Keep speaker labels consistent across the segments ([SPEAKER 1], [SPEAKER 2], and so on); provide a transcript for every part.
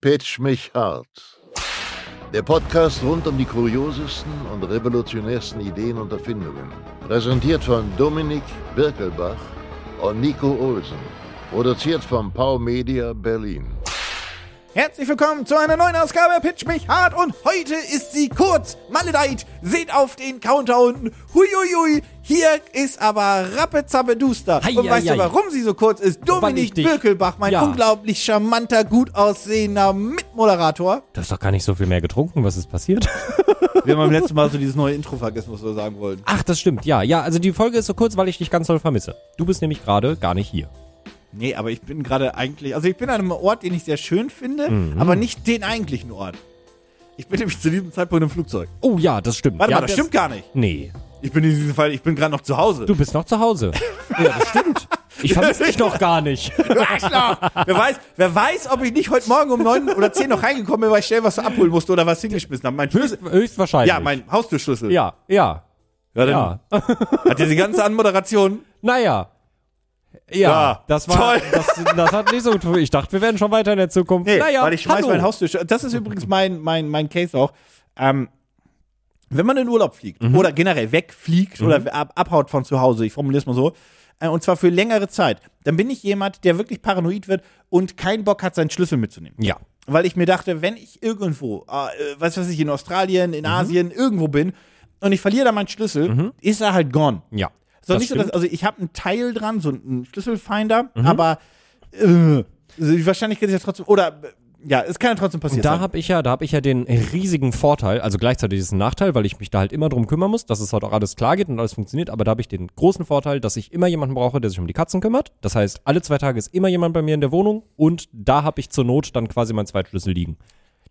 [SPEAKER 1] Pitch mich hart. Der Podcast rund um die kuriosesten und revolutionärsten Ideen und Erfindungen. Präsentiert von Dominik Birkelbach und Nico Olsen. Produziert von Pau Media Berlin.
[SPEAKER 2] Herzlich willkommen zu einer neuen Ausgabe Pitch mich hart und heute ist sie kurz. Maledeit, seht auf den Counter unten. Huiuiui, hier ist aber rappezappe duster.
[SPEAKER 3] Hei,
[SPEAKER 2] und
[SPEAKER 3] hei,
[SPEAKER 2] weißt
[SPEAKER 3] hei.
[SPEAKER 2] du, warum sie so kurz ist?
[SPEAKER 3] Weil ich
[SPEAKER 2] Dominik
[SPEAKER 3] dich-
[SPEAKER 2] Birkelbach, mein
[SPEAKER 3] Ja.
[SPEAKER 2] unglaublich charmanter, gut aussehender Mitmoderator.
[SPEAKER 3] Du hast doch gar nicht so viel mehr getrunken. Was ist passiert?
[SPEAKER 2] Wir haben beim letzten Mal so dieses neue Intro vergessen, was wir sagen wollten.
[SPEAKER 3] Ach, das stimmt. Ja, ja. Also die Folge ist so kurz, weil ich dich ganz doll vermisse. Du bist nämlich gerade gar nicht hier.
[SPEAKER 2] Nee, aber ich bin gerade eigentlich, also ich bin an einem Ort, den ich sehr schön finde,
[SPEAKER 3] Mhm.
[SPEAKER 2] aber nicht den eigentlichen Ort. Ich bin nämlich zu diesem Zeitpunkt im Flugzeug.
[SPEAKER 3] Oh ja, das stimmt.
[SPEAKER 2] Warte
[SPEAKER 3] ja,
[SPEAKER 2] mal, das stimmt gar nicht.
[SPEAKER 3] Nee.
[SPEAKER 2] Ich bin in diesem Fall, ich bin gerade noch zu Hause.
[SPEAKER 3] Du bist noch zu Hause. ja, das stimmt. Ich vermisse dich noch gar nicht.
[SPEAKER 2] Du Arschloch! wer, weiß, wer weiß, ob ich nicht heute Morgen um neun oder zehn noch reingekommen bin, weil ich schnell was abholen musste oder was hingeschmissen habe. Mein Schlüssel.
[SPEAKER 3] Höchstwahrscheinlich.
[SPEAKER 2] Ja, mein Haustürschlüssel.
[SPEAKER 3] Ja, ja,
[SPEAKER 2] ja, dann
[SPEAKER 3] ja.
[SPEAKER 2] Hat diese ganze Anmoderation.
[SPEAKER 3] Naja. Ja,
[SPEAKER 2] Ja,
[SPEAKER 3] das war,
[SPEAKER 2] toll.
[SPEAKER 3] das, das hat nicht so gut. Ich dachte, wir wären schon weiter in der Zukunft.
[SPEAKER 2] Nee,
[SPEAKER 3] naja,
[SPEAKER 2] weil ich schmeiß
[SPEAKER 3] hallo.
[SPEAKER 2] meinen Haustürschlüssel. Das ist übrigens mein, mein, mein Case auch. Ähm, wenn man in Urlaub fliegt oder generell wegfliegt oder ab, abhaut von zu Hause, ich formuliere es mal so, äh, und zwar für längere Zeit, dann bin ich jemand, der wirklich paranoid wird und keinen Bock hat, seinen Schlüssel mitzunehmen.
[SPEAKER 3] Ja,
[SPEAKER 2] weil ich mir dachte, wenn ich irgendwo, äh, was weiß ich, in Australien,
[SPEAKER 3] Mhm.
[SPEAKER 2] in Asien, irgendwo bin und ich verliere da meinen Schlüssel, ist er halt gone.
[SPEAKER 3] ja.
[SPEAKER 2] So,
[SPEAKER 3] Mhm. Das
[SPEAKER 2] nicht so, dass,
[SPEAKER 3] stimmt. Mhm.
[SPEAKER 2] also ich habe einen Teil dran, so einen Schlüsselfinder, aber äh, also die Wahrscheinlichkeit ist ja trotzdem, oder äh, ja, es kann ja trotzdem passieren.
[SPEAKER 3] Da habe ich ja, da habe ich ja den riesigen Vorteil, also gleichzeitig ist es ein Nachteil, weil ich mich da halt immer drum kümmern muss, dass es halt auch alles klar geht und alles funktioniert, aber da habe ich den großen Vorteil, dass ich immer jemanden brauche, der sich um die Katzen kümmert. Das heißt, alle zwei Tage ist immer jemand bei mir in der Wohnung und da habe ich zur Not dann quasi meinen Zweitschlüssel liegen.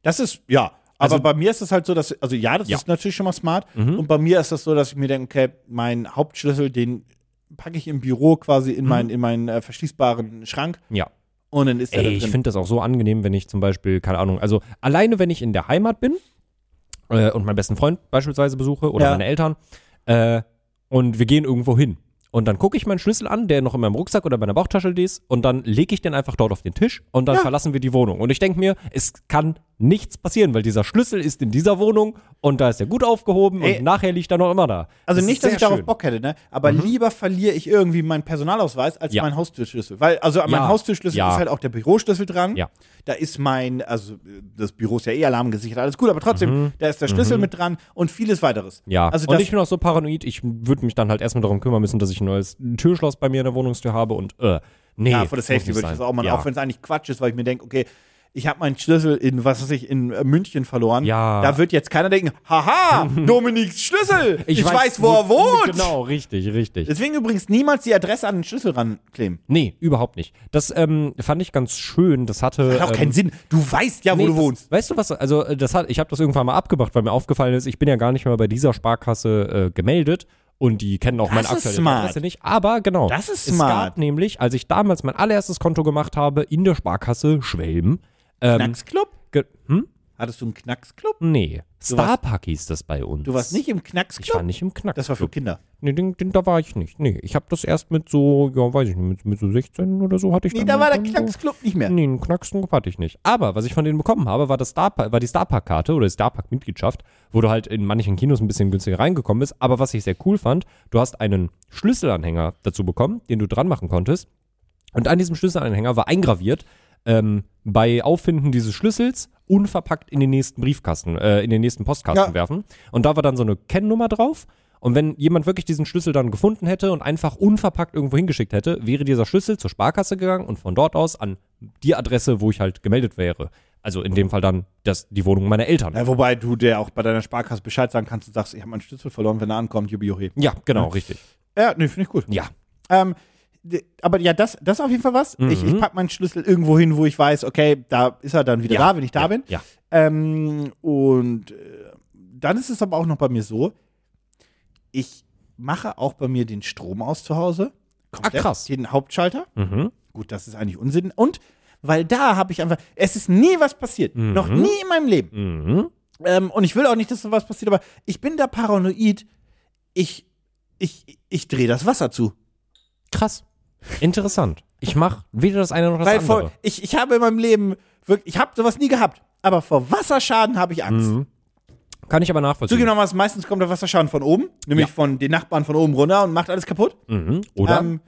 [SPEAKER 2] das ist, ja. Aber
[SPEAKER 3] Also-
[SPEAKER 2] bei mir ist es halt so, dass, also ja, das
[SPEAKER 3] Ja. Mhm.
[SPEAKER 2] ist natürlich schon mal smart. Und bei mir ist das so, dass ich mir denke, okay, mein Hauptschlüssel, den packe ich im Büro quasi
[SPEAKER 3] Mhm.
[SPEAKER 2] in, meinen in meinen äh, verschließbaren Schrank
[SPEAKER 3] Ja.
[SPEAKER 2] und dann ist er da
[SPEAKER 3] Ey,
[SPEAKER 2] drin.
[SPEAKER 3] ich finde das auch so angenehm, wenn ich zum Beispiel, keine Ahnung, also alleine, wenn ich in der Heimat bin äh, und meinen besten Freund beispielsweise besuche oder
[SPEAKER 2] Ja.
[SPEAKER 3] meine Eltern äh, und wir gehen irgendwo hin. Und dann gucke ich meinen Schlüssel an, der noch in meinem Rucksack oder in meiner Bauchtasche ist, und dann lege ich den einfach dort auf den Tisch und dann verlassen wir die Wohnung. Und ich denke mir, es kann nichts passieren, weil dieser Schlüssel ist in dieser Wohnung und da ist er gut aufgehoben
[SPEAKER 2] Ey.
[SPEAKER 3] und nachher liegt er noch immer da.
[SPEAKER 2] Also
[SPEAKER 3] Das
[SPEAKER 2] nicht,
[SPEAKER 3] ist
[SPEAKER 2] dass
[SPEAKER 3] sehr
[SPEAKER 2] ich darauf
[SPEAKER 3] schön. Mhm.
[SPEAKER 2] Bock hätte, ne? Aber lieber verliere ich irgendwie meinen Personalausweis als
[SPEAKER 3] Ja.
[SPEAKER 2] meinen Haustürschlüssel. Weil, also an
[SPEAKER 3] Ja.
[SPEAKER 2] meinem Haustürschlüssel
[SPEAKER 3] Ja.
[SPEAKER 2] ist halt auch der Büroschlüssel dran.
[SPEAKER 3] Ja.
[SPEAKER 2] Da ist mein, also äh, das Büro ist ja eh alarmgesichert, alles gut, aber trotzdem, da ist der Schlüssel mit dran und vieles weiteres.
[SPEAKER 3] Mhm. Ja,
[SPEAKER 2] Also
[SPEAKER 3] und
[SPEAKER 2] das,
[SPEAKER 3] ich bin auch so paranoid, ich würde mich dann halt erstmal darum kümmern müssen, dass ich ein neues Türschloss bei mir in der Wohnungstür habe und äh, nee.
[SPEAKER 2] ja, vor der
[SPEAKER 3] muss
[SPEAKER 2] Safety
[SPEAKER 3] nicht
[SPEAKER 2] würde ich
[SPEAKER 3] sein.
[SPEAKER 2] das auch machen,
[SPEAKER 3] ja.
[SPEAKER 2] auch wenn es eigentlich Quatsch ist, weil ich mir denke, okay, ich habe meinen Schlüssel in, was weiß ich, in äh, München verloren.
[SPEAKER 3] Ja.
[SPEAKER 2] Da wird jetzt keiner denken, haha, Dominiks Schlüssel, ich, weiß, wo er
[SPEAKER 3] wo-
[SPEAKER 2] wohnt.
[SPEAKER 3] Genau, richtig, richtig.
[SPEAKER 2] Deswegen übrigens niemals die Adresse an den Schlüssel rankleben.
[SPEAKER 3] nee, überhaupt nicht. Das ähm, fand ich ganz schön, das hatte
[SPEAKER 2] Hat auch
[SPEAKER 3] ähm,
[SPEAKER 2] keinen Sinn. Du weißt ja, wo
[SPEAKER 3] nee,
[SPEAKER 2] du
[SPEAKER 3] das,
[SPEAKER 2] wohnst.
[SPEAKER 3] Weißt du was, also äh, das hat, ich habe das irgendwann mal abgemacht, weil mir aufgefallen ist, ich bin ja gar nicht mehr bei dieser Sparkasse äh, gemeldet und die kennen auch
[SPEAKER 2] Das
[SPEAKER 3] meine
[SPEAKER 2] ist
[SPEAKER 3] aktuelle
[SPEAKER 2] smart.
[SPEAKER 3] Adresse nicht, aber genau.
[SPEAKER 2] Das ist
[SPEAKER 3] Es
[SPEAKER 2] smart.
[SPEAKER 3] gab nämlich, als ich damals mein allererstes Konto gemacht habe in der Sparkasse Schwelm, ähm,
[SPEAKER 2] Knacksclub?
[SPEAKER 3] ge- hm?
[SPEAKER 2] Hattest du einen Knacksclub?
[SPEAKER 3] Nee.
[SPEAKER 2] warst-
[SPEAKER 3] Starpark hieß das bei uns.
[SPEAKER 2] Du warst nicht im
[SPEAKER 3] Ich war
[SPEAKER 2] Knacksclub?
[SPEAKER 3] nicht im Knack.
[SPEAKER 2] Das war für Kinder.
[SPEAKER 3] Nee, den, den, da war ich nicht. Nee, ich habe das erst mit so, ja, weiß ich nicht, mit, mit so 16 oder so hatte ich
[SPEAKER 2] Nee,
[SPEAKER 3] dann halt
[SPEAKER 2] da war der
[SPEAKER 3] dann so-
[SPEAKER 2] Knacksclub nicht mehr.
[SPEAKER 3] Nee, einen Knacksen hatte ich nicht. Aber was ich von denen bekommen habe, war, das Star war die Starpark-Karte oder die Starpark-Mitgliedschaft, wo du halt in manchen Kinos ein bisschen günstiger reingekommen bist. Aber was ich sehr cool fand, du hast einen Schlüsselanhänger dazu bekommen, den du dran machen konntest. Und an diesem Schlüsselanhänger war eingraviert, ähm, bei Auffinden dieses Schlüssels unverpackt in den nächsten Briefkasten, äh, in den nächsten Postkasten
[SPEAKER 2] Ja.
[SPEAKER 3] werfen. Und da war dann so eine Kennnummer drauf. Und wenn jemand wirklich diesen Schlüssel dann gefunden hätte und einfach unverpackt irgendwo hingeschickt hätte, wäre dieser Schlüssel zur Sparkasse gegangen und von dort aus an die Adresse, wo ich halt gemeldet wäre. Also in dem Fall dann das, die Wohnung meiner Eltern.
[SPEAKER 2] Ja, wobei du der auch bei deiner Sparkasse Bescheid sagen kannst und sagst, ich habe meinen Schlüssel verloren, wenn er ankommt, Jubiläum.
[SPEAKER 3] Ja, genau, richtig.
[SPEAKER 2] Ja, nee, finde ich gut.
[SPEAKER 3] Ja.
[SPEAKER 2] Ähm, d- aber ja, das, das ist auf jeden Fall was. Ich,
[SPEAKER 3] Mhm.
[SPEAKER 2] ich packe meinen Schlüssel irgendwo hin, wo ich weiß, okay, da ist er dann wieder
[SPEAKER 3] Ja.
[SPEAKER 2] da, wenn ich da bin.
[SPEAKER 3] Ja.
[SPEAKER 2] Ähm, und äh, dann ist es aber auch noch bei mir so, ich mache auch bei mir den Strom aus zu Hause. Komplett.
[SPEAKER 3] Ah, krass.
[SPEAKER 2] Den Hauptschalter.
[SPEAKER 3] Mhm.
[SPEAKER 2] Gut, das ist eigentlich Unsinn. Und weil da habe ich einfach, es ist nie was passiert. Noch nie in meinem Leben.
[SPEAKER 3] Mhm.
[SPEAKER 2] Ähm, und ich will auch nicht, dass so was passiert, aber ich bin da paranoid. Ich, ich, ich drehe das Wasser zu.
[SPEAKER 3] Krass. Interessant. Ich mache weder das eine noch das
[SPEAKER 2] Weil
[SPEAKER 3] andere.
[SPEAKER 2] vor, ich, ich habe in meinem Leben Wirklich, ich habe sowas nie gehabt. Aber vor Wasserschaden habe ich Angst.
[SPEAKER 3] Kann ich aber nachvollziehen.
[SPEAKER 2] Zugegebenermaßen, meistens kommt der Wasserschaden von oben, nämlich
[SPEAKER 3] Ja.
[SPEAKER 2] von den Nachbarn von oben runter und macht alles kaputt.
[SPEAKER 3] Mhm. Oder?
[SPEAKER 2] Ähm,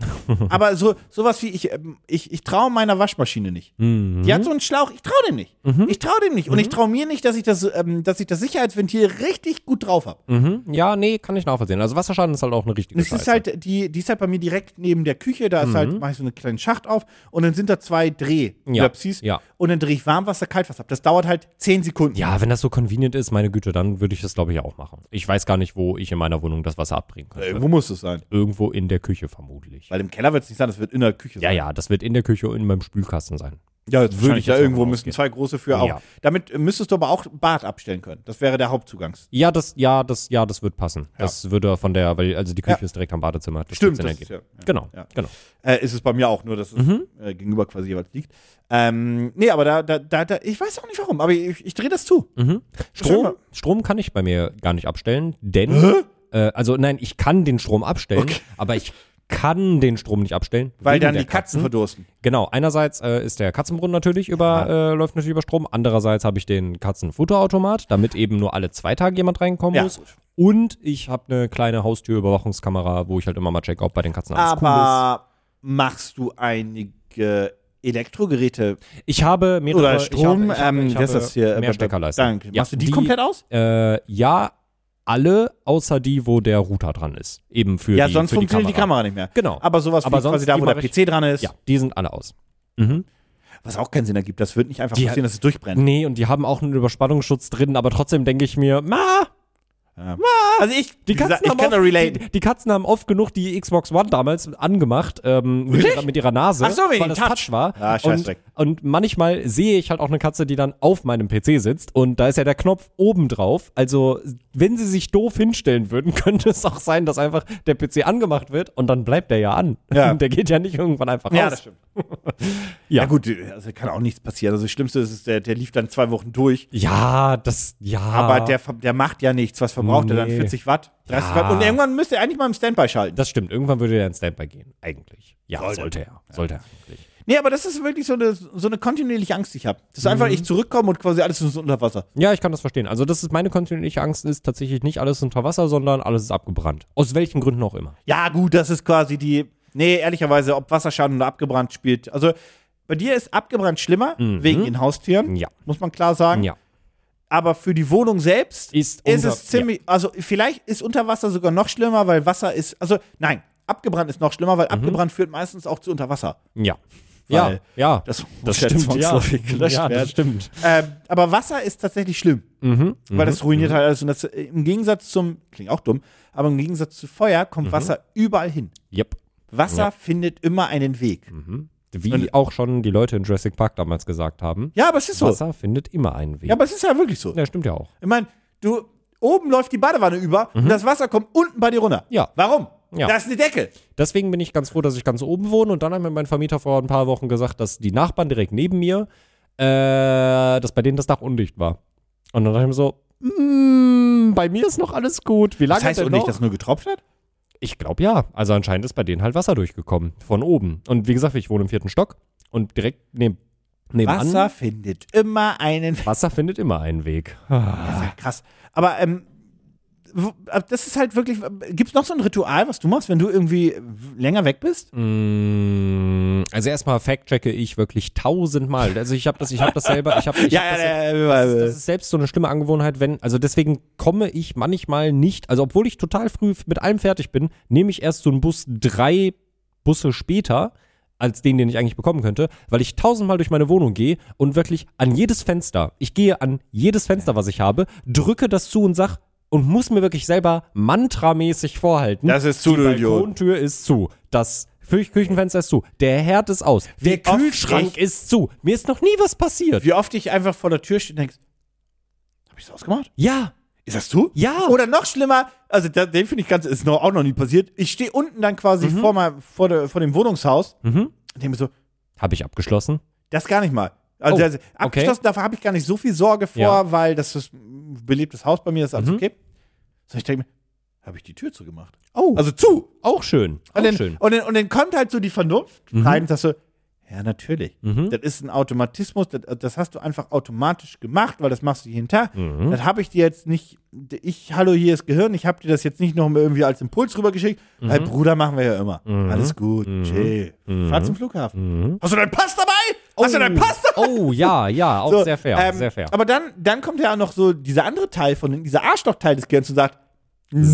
[SPEAKER 2] aber so sowas wie ich ähm, ich, ich traue meiner Waschmaschine nicht.
[SPEAKER 3] Mhm.
[SPEAKER 2] Die hat so einen Schlauch, ich traue dem nicht. Ich traue dem nicht und ich traue mir nicht, dass ich das ähm, dass ich das Sicherheitsventil richtig gut drauf habe.
[SPEAKER 3] mhm. Ja, nee, kann ich nachvollziehen. Also Wasserschaden ist halt auch eine richtige
[SPEAKER 2] Es
[SPEAKER 3] Scheiße.
[SPEAKER 2] ist halt die die ist halt bei mir direkt neben der Küche, da ist
[SPEAKER 3] Mhm.
[SPEAKER 2] halt mache ich so einen kleinen Schacht auf und dann sind da zwei Drehklöpsis
[SPEAKER 3] Ja, ja.
[SPEAKER 2] und dann drehe ich Warmwasser, Kaltwasser ab. Das dauert halt 10 Sekunden.
[SPEAKER 3] ja, wenn das so convenient ist, meine Güte, dann würde ich das, glaube ich, auch machen. Ich weiß gar nicht, wo ich in meiner Wohnung das Wasser abbringen könnte.
[SPEAKER 2] Irgendwo muss es sein,
[SPEAKER 3] Irgendwo in der Küche vermutlich.
[SPEAKER 2] Äh. weil im Keller wird es nicht sein, das wird in der Küche
[SPEAKER 3] Ja,
[SPEAKER 2] sein.
[SPEAKER 3] ja, das wird in der Küche und in meinem Spülkasten sein.
[SPEAKER 2] Ja, das würde ich
[SPEAKER 3] wahrscheinlich
[SPEAKER 2] ja
[SPEAKER 3] jetzt
[SPEAKER 2] irgendwo
[SPEAKER 3] davon
[SPEAKER 2] müssen
[SPEAKER 3] ausgehen.
[SPEAKER 2] zwei große für auch.
[SPEAKER 3] Ja.
[SPEAKER 2] Damit müsstest du aber auch Bad abstellen können. Das wäre der Hauptzugangs.
[SPEAKER 3] Ja, das, ja, das, ja, das wird passen. Das würde von der, weil, also die Küche
[SPEAKER 2] Ja.
[SPEAKER 3] ist direkt am Badezimmer. Das
[SPEAKER 2] Stimmt,
[SPEAKER 3] wird's
[SPEAKER 2] das
[SPEAKER 3] dann
[SPEAKER 2] ist
[SPEAKER 3] ergeben.
[SPEAKER 2] ja- ja,
[SPEAKER 3] genau,
[SPEAKER 2] ja.
[SPEAKER 3] genau. Mhm.
[SPEAKER 2] Äh, ist es bei mir auch, nur dass es äh, gegenüber quasi jeweils liegt. Ähm, nee, aber da, da, da, da, ich weiß auch nicht warum, aber ich, ich drehe das zu.
[SPEAKER 3] Mhm. Strom,
[SPEAKER 2] mal.
[SPEAKER 3] Strom kann ich bei mir gar nicht abstellen, denn, äh, also nein, ich kann den Strom abstellen, aber ich kann den Strom nicht abstellen.
[SPEAKER 2] Weil
[SPEAKER 3] wegen
[SPEAKER 2] dann
[SPEAKER 3] der
[SPEAKER 2] die Katzen, verdursten.
[SPEAKER 3] Genau, einerseits äh, ist der Katzenbrunnen natürlich über, äh, läuft natürlich über Strom, andererseits habe ich den Katzenfutterautomat, damit eben nur alle zwei Tage jemand reinkommen
[SPEAKER 2] Ja.
[SPEAKER 3] muss. Und ich habe eine kleine Haustürüberwachungskamera, wo ich halt immer mal checke, ob bei den Katzen alles cool
[SPEAKER 2] Aber machst du einige Elektrogeräte
[SPEAKER 3] ist. Ich habe mehrere
[SPEAKER 2] oder
[SPEAKER 3] ich habe,
[SPEAKER 2] Strom?
[SPEAKER 3] ich habe,
[SPEAKER 2] ähm,
[SPEAKER 3] ich
[SPEAKER 2] das ist
[SPEAKER 3] habe
[SPEAKER 2] das hier.
[SPEAKER 3] mehr
[SPEAKER 2] äh,
[SPEAKER 3] Steckerleisten.
[SPEAKER 2] Danke.
[SPEAKER 3] Ja,
[SPEAKER 2] Machst du die, komplett aus?
[SPEAKER 3] Äh, ja, alle, außer die, wo der Router dran ist. Eben für
[SPEAKER 2] Ja,
[SPEAKER 3] die,
[SPEAKER 2] sonst
[SPEAKER 3] für
[SPEAKER 2] funktioniert
[SPEAKER 3] die
[SPEAKER 2] die Kamera nicht mehr.
[SPEAKER 3] Genau.
[SPEAKER 2] Aber sowas
[SPEAKER 3] Aber
[SPEAKER 2] wie
[SPEAKER 3] sonst
[SPEAKER 2] quasi da,
[SPEAKER 3] die
[SPEAKER 2] wo der
[SPEAKER 3] mache ich-
[SPEAKER 2] PC dran ist,
[SPEAKER 3] Ja, die sind alle aus.
[SPEAKER 2] was auch keinen Sinn ergibt, das wird nicht einfach
[SPEAKER 3] Die-
[SPEAKER 2] passieren, dass es durchbrennt.
[SPEAKER 3] Nee, und die haben auch einen Überspannungsschutz drin, aber trotzdem denke ich mir, ma,
[SPEAKER 2] Also ich,
[SPEAKER 3] Ah, Die Katzen,
[SPEAKER 2] ich
[SPEAKER 3] haben
[SPEAKER 2] kann da
[SPEAKER 3] oft,
[SPEAKER 2] relate.
[SPEAKER 3] die, die Katzen haben oft genug die Xbox One damals angemacht ähm, mit, ihrer, mit ihrer Nase,
[SPEAKER 2] Ach so, wegen
[SPEAKER 3] weil das
[SPEAKER 2] Touch.
[SPEAKER 3] Touch war.
[SPEAKER 2] Ah,
[SPEAKER 3] und,
[SPEAKER 2] Scheißdreck.
[SPEAKER 3] und manchmal sehe ich halt auch eine Katze, die dann auf meinem PC sitzt und da ist ja der Knopf oben drauf. Also wenn sie sich doof hinstellen würden, könnte es auch sein, dass einfach der PC angemacht wird und dann bleibt der ja an.
[SPEAKER 2] Ja.
[SPEAKER 3] Der geht ja nicht irgendwann einfach
[SPEAKER 2] Ja,
[SPEAKER 3] raus.
[SPEAKER 2] das stimmt. ja. gut, also kann auch nichts passieren. Also das Schlimmste ist, der, der lief dann zwei Wochen durch.
[SPEAKER 3] Ja, das, ja.
[SPEAKER 2] Aber der, ver- der macht ja nichts. Was verbraucht er dann?
[SPEAKER 3] Ah. Nee.
[SPEAKER 2] 40 Watt? 30
[SPEAKER 3] Ja.
[SPEAKER 2] Watt? Und irgendwann müsste er eigentlich mal im Standby schalten.
[SPEAKER 3] das stimmt, irgendwann würde der in Standby gehen, eigentlich. Ja, sollte, er. Sollte er eigentlich.
[SPEAKER 2] nee, aber das ist wirklich so eine, so eine kontinuierliche Angst, die ich habe. Das ist
[SPEAKER 3] Mhm.
[SPEAKER 2] einfach, ich zurückkomme und quasi alles ist unter Wasser.
[SPEAKER 3] Ja, ich kann das verstehen. Also, das ist meine kontinuierliche Angst, ist tatsächlich nicht alles unter Wasser, sondern alles ist abgebrannt. Aus welchen Gründen auch immer.
[SPEAKER 2] Ja, gut, das ist quasi die. Nee, ehrlicherweise, ob Wasserschaden oder abgebrannt spielt. Also bei dir ist abgebrannt schlimmer, wegen den Haustieren.
[SPEAKER 3] Mhm. Ja.
[SPEAKER 2] Muss man klar sagen.
[SPEAKER 3] Ja.
[SPEAKER 2] aber für die Wohnung selbst
[SPEAKER 3] Ist unter-
[SPEAKER 2] es ziemlich, also vielleicht ist Unterwasser sogar noch schlimmer, weil Wasser ist, also nein, abgebrannt ist noch schlimmer,
[SPEAKER 3] Mhm.
[SPEAKER 2] weil abgebrannt führt meistens auch zu Unterwasser.
[SPEAKER 3] Ja. Ja,
[SPEAKER 2] Weil
[SPEAKER 3] ja.
[SPEAKER 2] das
[SPEAKER 3] das
[SPEAKER 2] muss ja
[SPEAKER 3] stimmt. Ja.
[SPEAKER 2] zwangsläufig gelöscht
[SPEAKER 3] ja,
[SPEAKER 2] werden.
[SPEAKER 3] das stimmt. Mhm,
[SPEAKER 2] Ähm, aber Wasser ist tatsächlich schlimm, weil das ruiniert halt alles. Und das, äh, im Gegensatz zum, klingt auch dumm, aber im Gegensatz zu Feuer kommt
[SPEAKER 3] Mhm.
[SPEAKER 2] Wasser überall hin.
[SPEAKER 3] Yep.
[SPEAKER 2] Wasser findet immer einen Weg.
[SPEAKER 3] Mhm. Wie auch schon die Leute in Jurassic Park damals gesagt haben,
[SPEAKER 2] Ja, aber es ist so.
[SPEAKER 3] Wasser findet immer einen Weg.
[SPEAKER 2] Ja, aber es ist ja wirklich so.
[SPEAKER 3] Ja, stimmt ja auch.
[SPEAKER 2] Ich meine, du, oben läuft die Badewanne über und das Wasser kommt unten bei dir runter.
[SPEAKER 3] Mhm. Ja.
[SPEAKER 2] Warum?
[SPEAKER 3] Ja.
[SPEAKER 2] Das ist eine Decke.
[SPEAKER 3] Deswegen bin ich ganz froh, dass ich ganz oben wohne. Und dann hat mir mein Vermieter vor ein paar Wochen gesagt, dass die Nachbarn direkt neben mir, äh, dass bei denen das Dach undicht war. Und dann dachte ich mir so, mm, bei mir ist noch alles gut. Wie lange
[SPEAKER 2] Das heißt
[SPEAKER 3] denn
[SPEAKER 2] auch
[SPEAKER 3] noch?
[SPEAKER 2] nicht, dass nur getropft hat?
[SPEAKER 3] Ich glaube ja. Also anscheinend ist bei denen halt Wasser durchgekommen. Von oben. Und wie gesagt, ich wohne im vierten Stock und direkt neb nebenan.
[SPEAKER 2] Wasser findet immer einen Weg.
[SPEAKER 3] Wasser findet immer einen Weg.
[SPEAKER 2] Das ist ja krass. Aber ähm, wo- ab- das ist halt wirklich. Gibt es noch so ein Ritual, was du machst, wenn du irgendwie w- länger weg bist?
[SPEAKER 3] Mm, Also erstmal fact-checke ich wirklich tausendmal. Also ich habe das, ich habe das selber, ich habe ich hab das, Das
[SPEAKER 2] Also
[SPEAKER 3] ist, das ist selbst so eine schlimme Angewohnheit, wenn, also deswegen komme ich manchmal nicht, also obwohl ich total früh mit allem fertig bin, nehme ich erst so einen Bus drei Busse später als den, den ich eigentlich bekommen könnte, weil ich tausendmal durch meine Wohnung gehe und wirklich an jedes Fenster, ich gehe an jedes Fenster, was ich habe, drücke das zu und sag und muss mir wirklich selber mantramäßig vorhalten.
[SPEAKER 2] Das ist zu,
[SPEAKER 3] Die
[SPEAKER 2] du Idiot.
[SPEAKER 3] Balkontür ist zu. Das Fü- Küchenfenster ist zu. Der Herd ist aus. Der
[SPEAKER 2] oft
[SPEAKER 3] Kühlschrank
[SPEAKER 2] echt?
[SPEAKER 3] ist zu. Mir ist noch nie was passiert.
[SPEAKER 2] Wie oft ich einfach vor der Tür stehe und denkst, hab ich's ausgemacht?
[SPEAKER 3] Ja.
[SPEAKER 2] Ist das du?
[SPEAKER 3] Ja.
[SPEAKER 2] Oder noch schlimmer, also da, den finde ich ganz, ist noch, auch noch nie passiert. Ich stehe unten dann quasi vor, mein, vor, der, vor dem Wohnungshaus und denke mir so,
[SPEAKER 3] Habe ich abgeschlossen?
[SPEAKER 2] das gar nicht mal. Also,
[SPEAKER 3] Oh,
[SPEAKER 2] also abgeschlossen, dafür habe ich gar nicht so viel Sorge vor,
[SPEAKER 3] Ja. Mhm.
[SPEAKER 2] weil das ist ein belebtes Haus bei mir, das ist alles okay. So, ich denke mir, habe ich die Tür zugemacht?
[SPEAKER 3] Oh.
[SPEAKER 2] Also zu!
[SPEAKER 3] Auch schön. Auch
[SPEAKER 2] Und dann,
[SPEAKER 3] schön. Mhm.
[SPEAKER 2] Und, dann, und dann kommt halt so die Vernunft rein, dass so, Ja, natürlich. Das ist ein Automatismus, das, äh, das hast du einfach automatisch gemacht, weil das machst du jeden Tag.
[SPEAKER 3] Mhm.
[SPEAKER 2] Das habe ich dir jetzt nicht, ich, hallo, hier ist Gehirn, ich habe dir das jetzt nicht noch mal irgendwie als Impuls rübergeschickt,
[SPEAKER 3] Mhm.
[SPEAKER 2] weil Bruder machen wir ja immer. Alles gut, chill. Fahr zum Flughafen. Hast du deinen Pass dabei? Hast du deinen Pass dabei?
[SPEAKER 3] Mhm. Oh, ja, ja, auch
[SPEAKER 2] So,
[SPEAKER 3] sehr fair,
[SPEAKER 2] ähm,
[SPEAKER 3] sehr fair.
[SPEAKER 2] Aber dann, dann kommt ja auch noch so dieser andere Teil von, dieser Arschlochteil des Gehirns und sagt,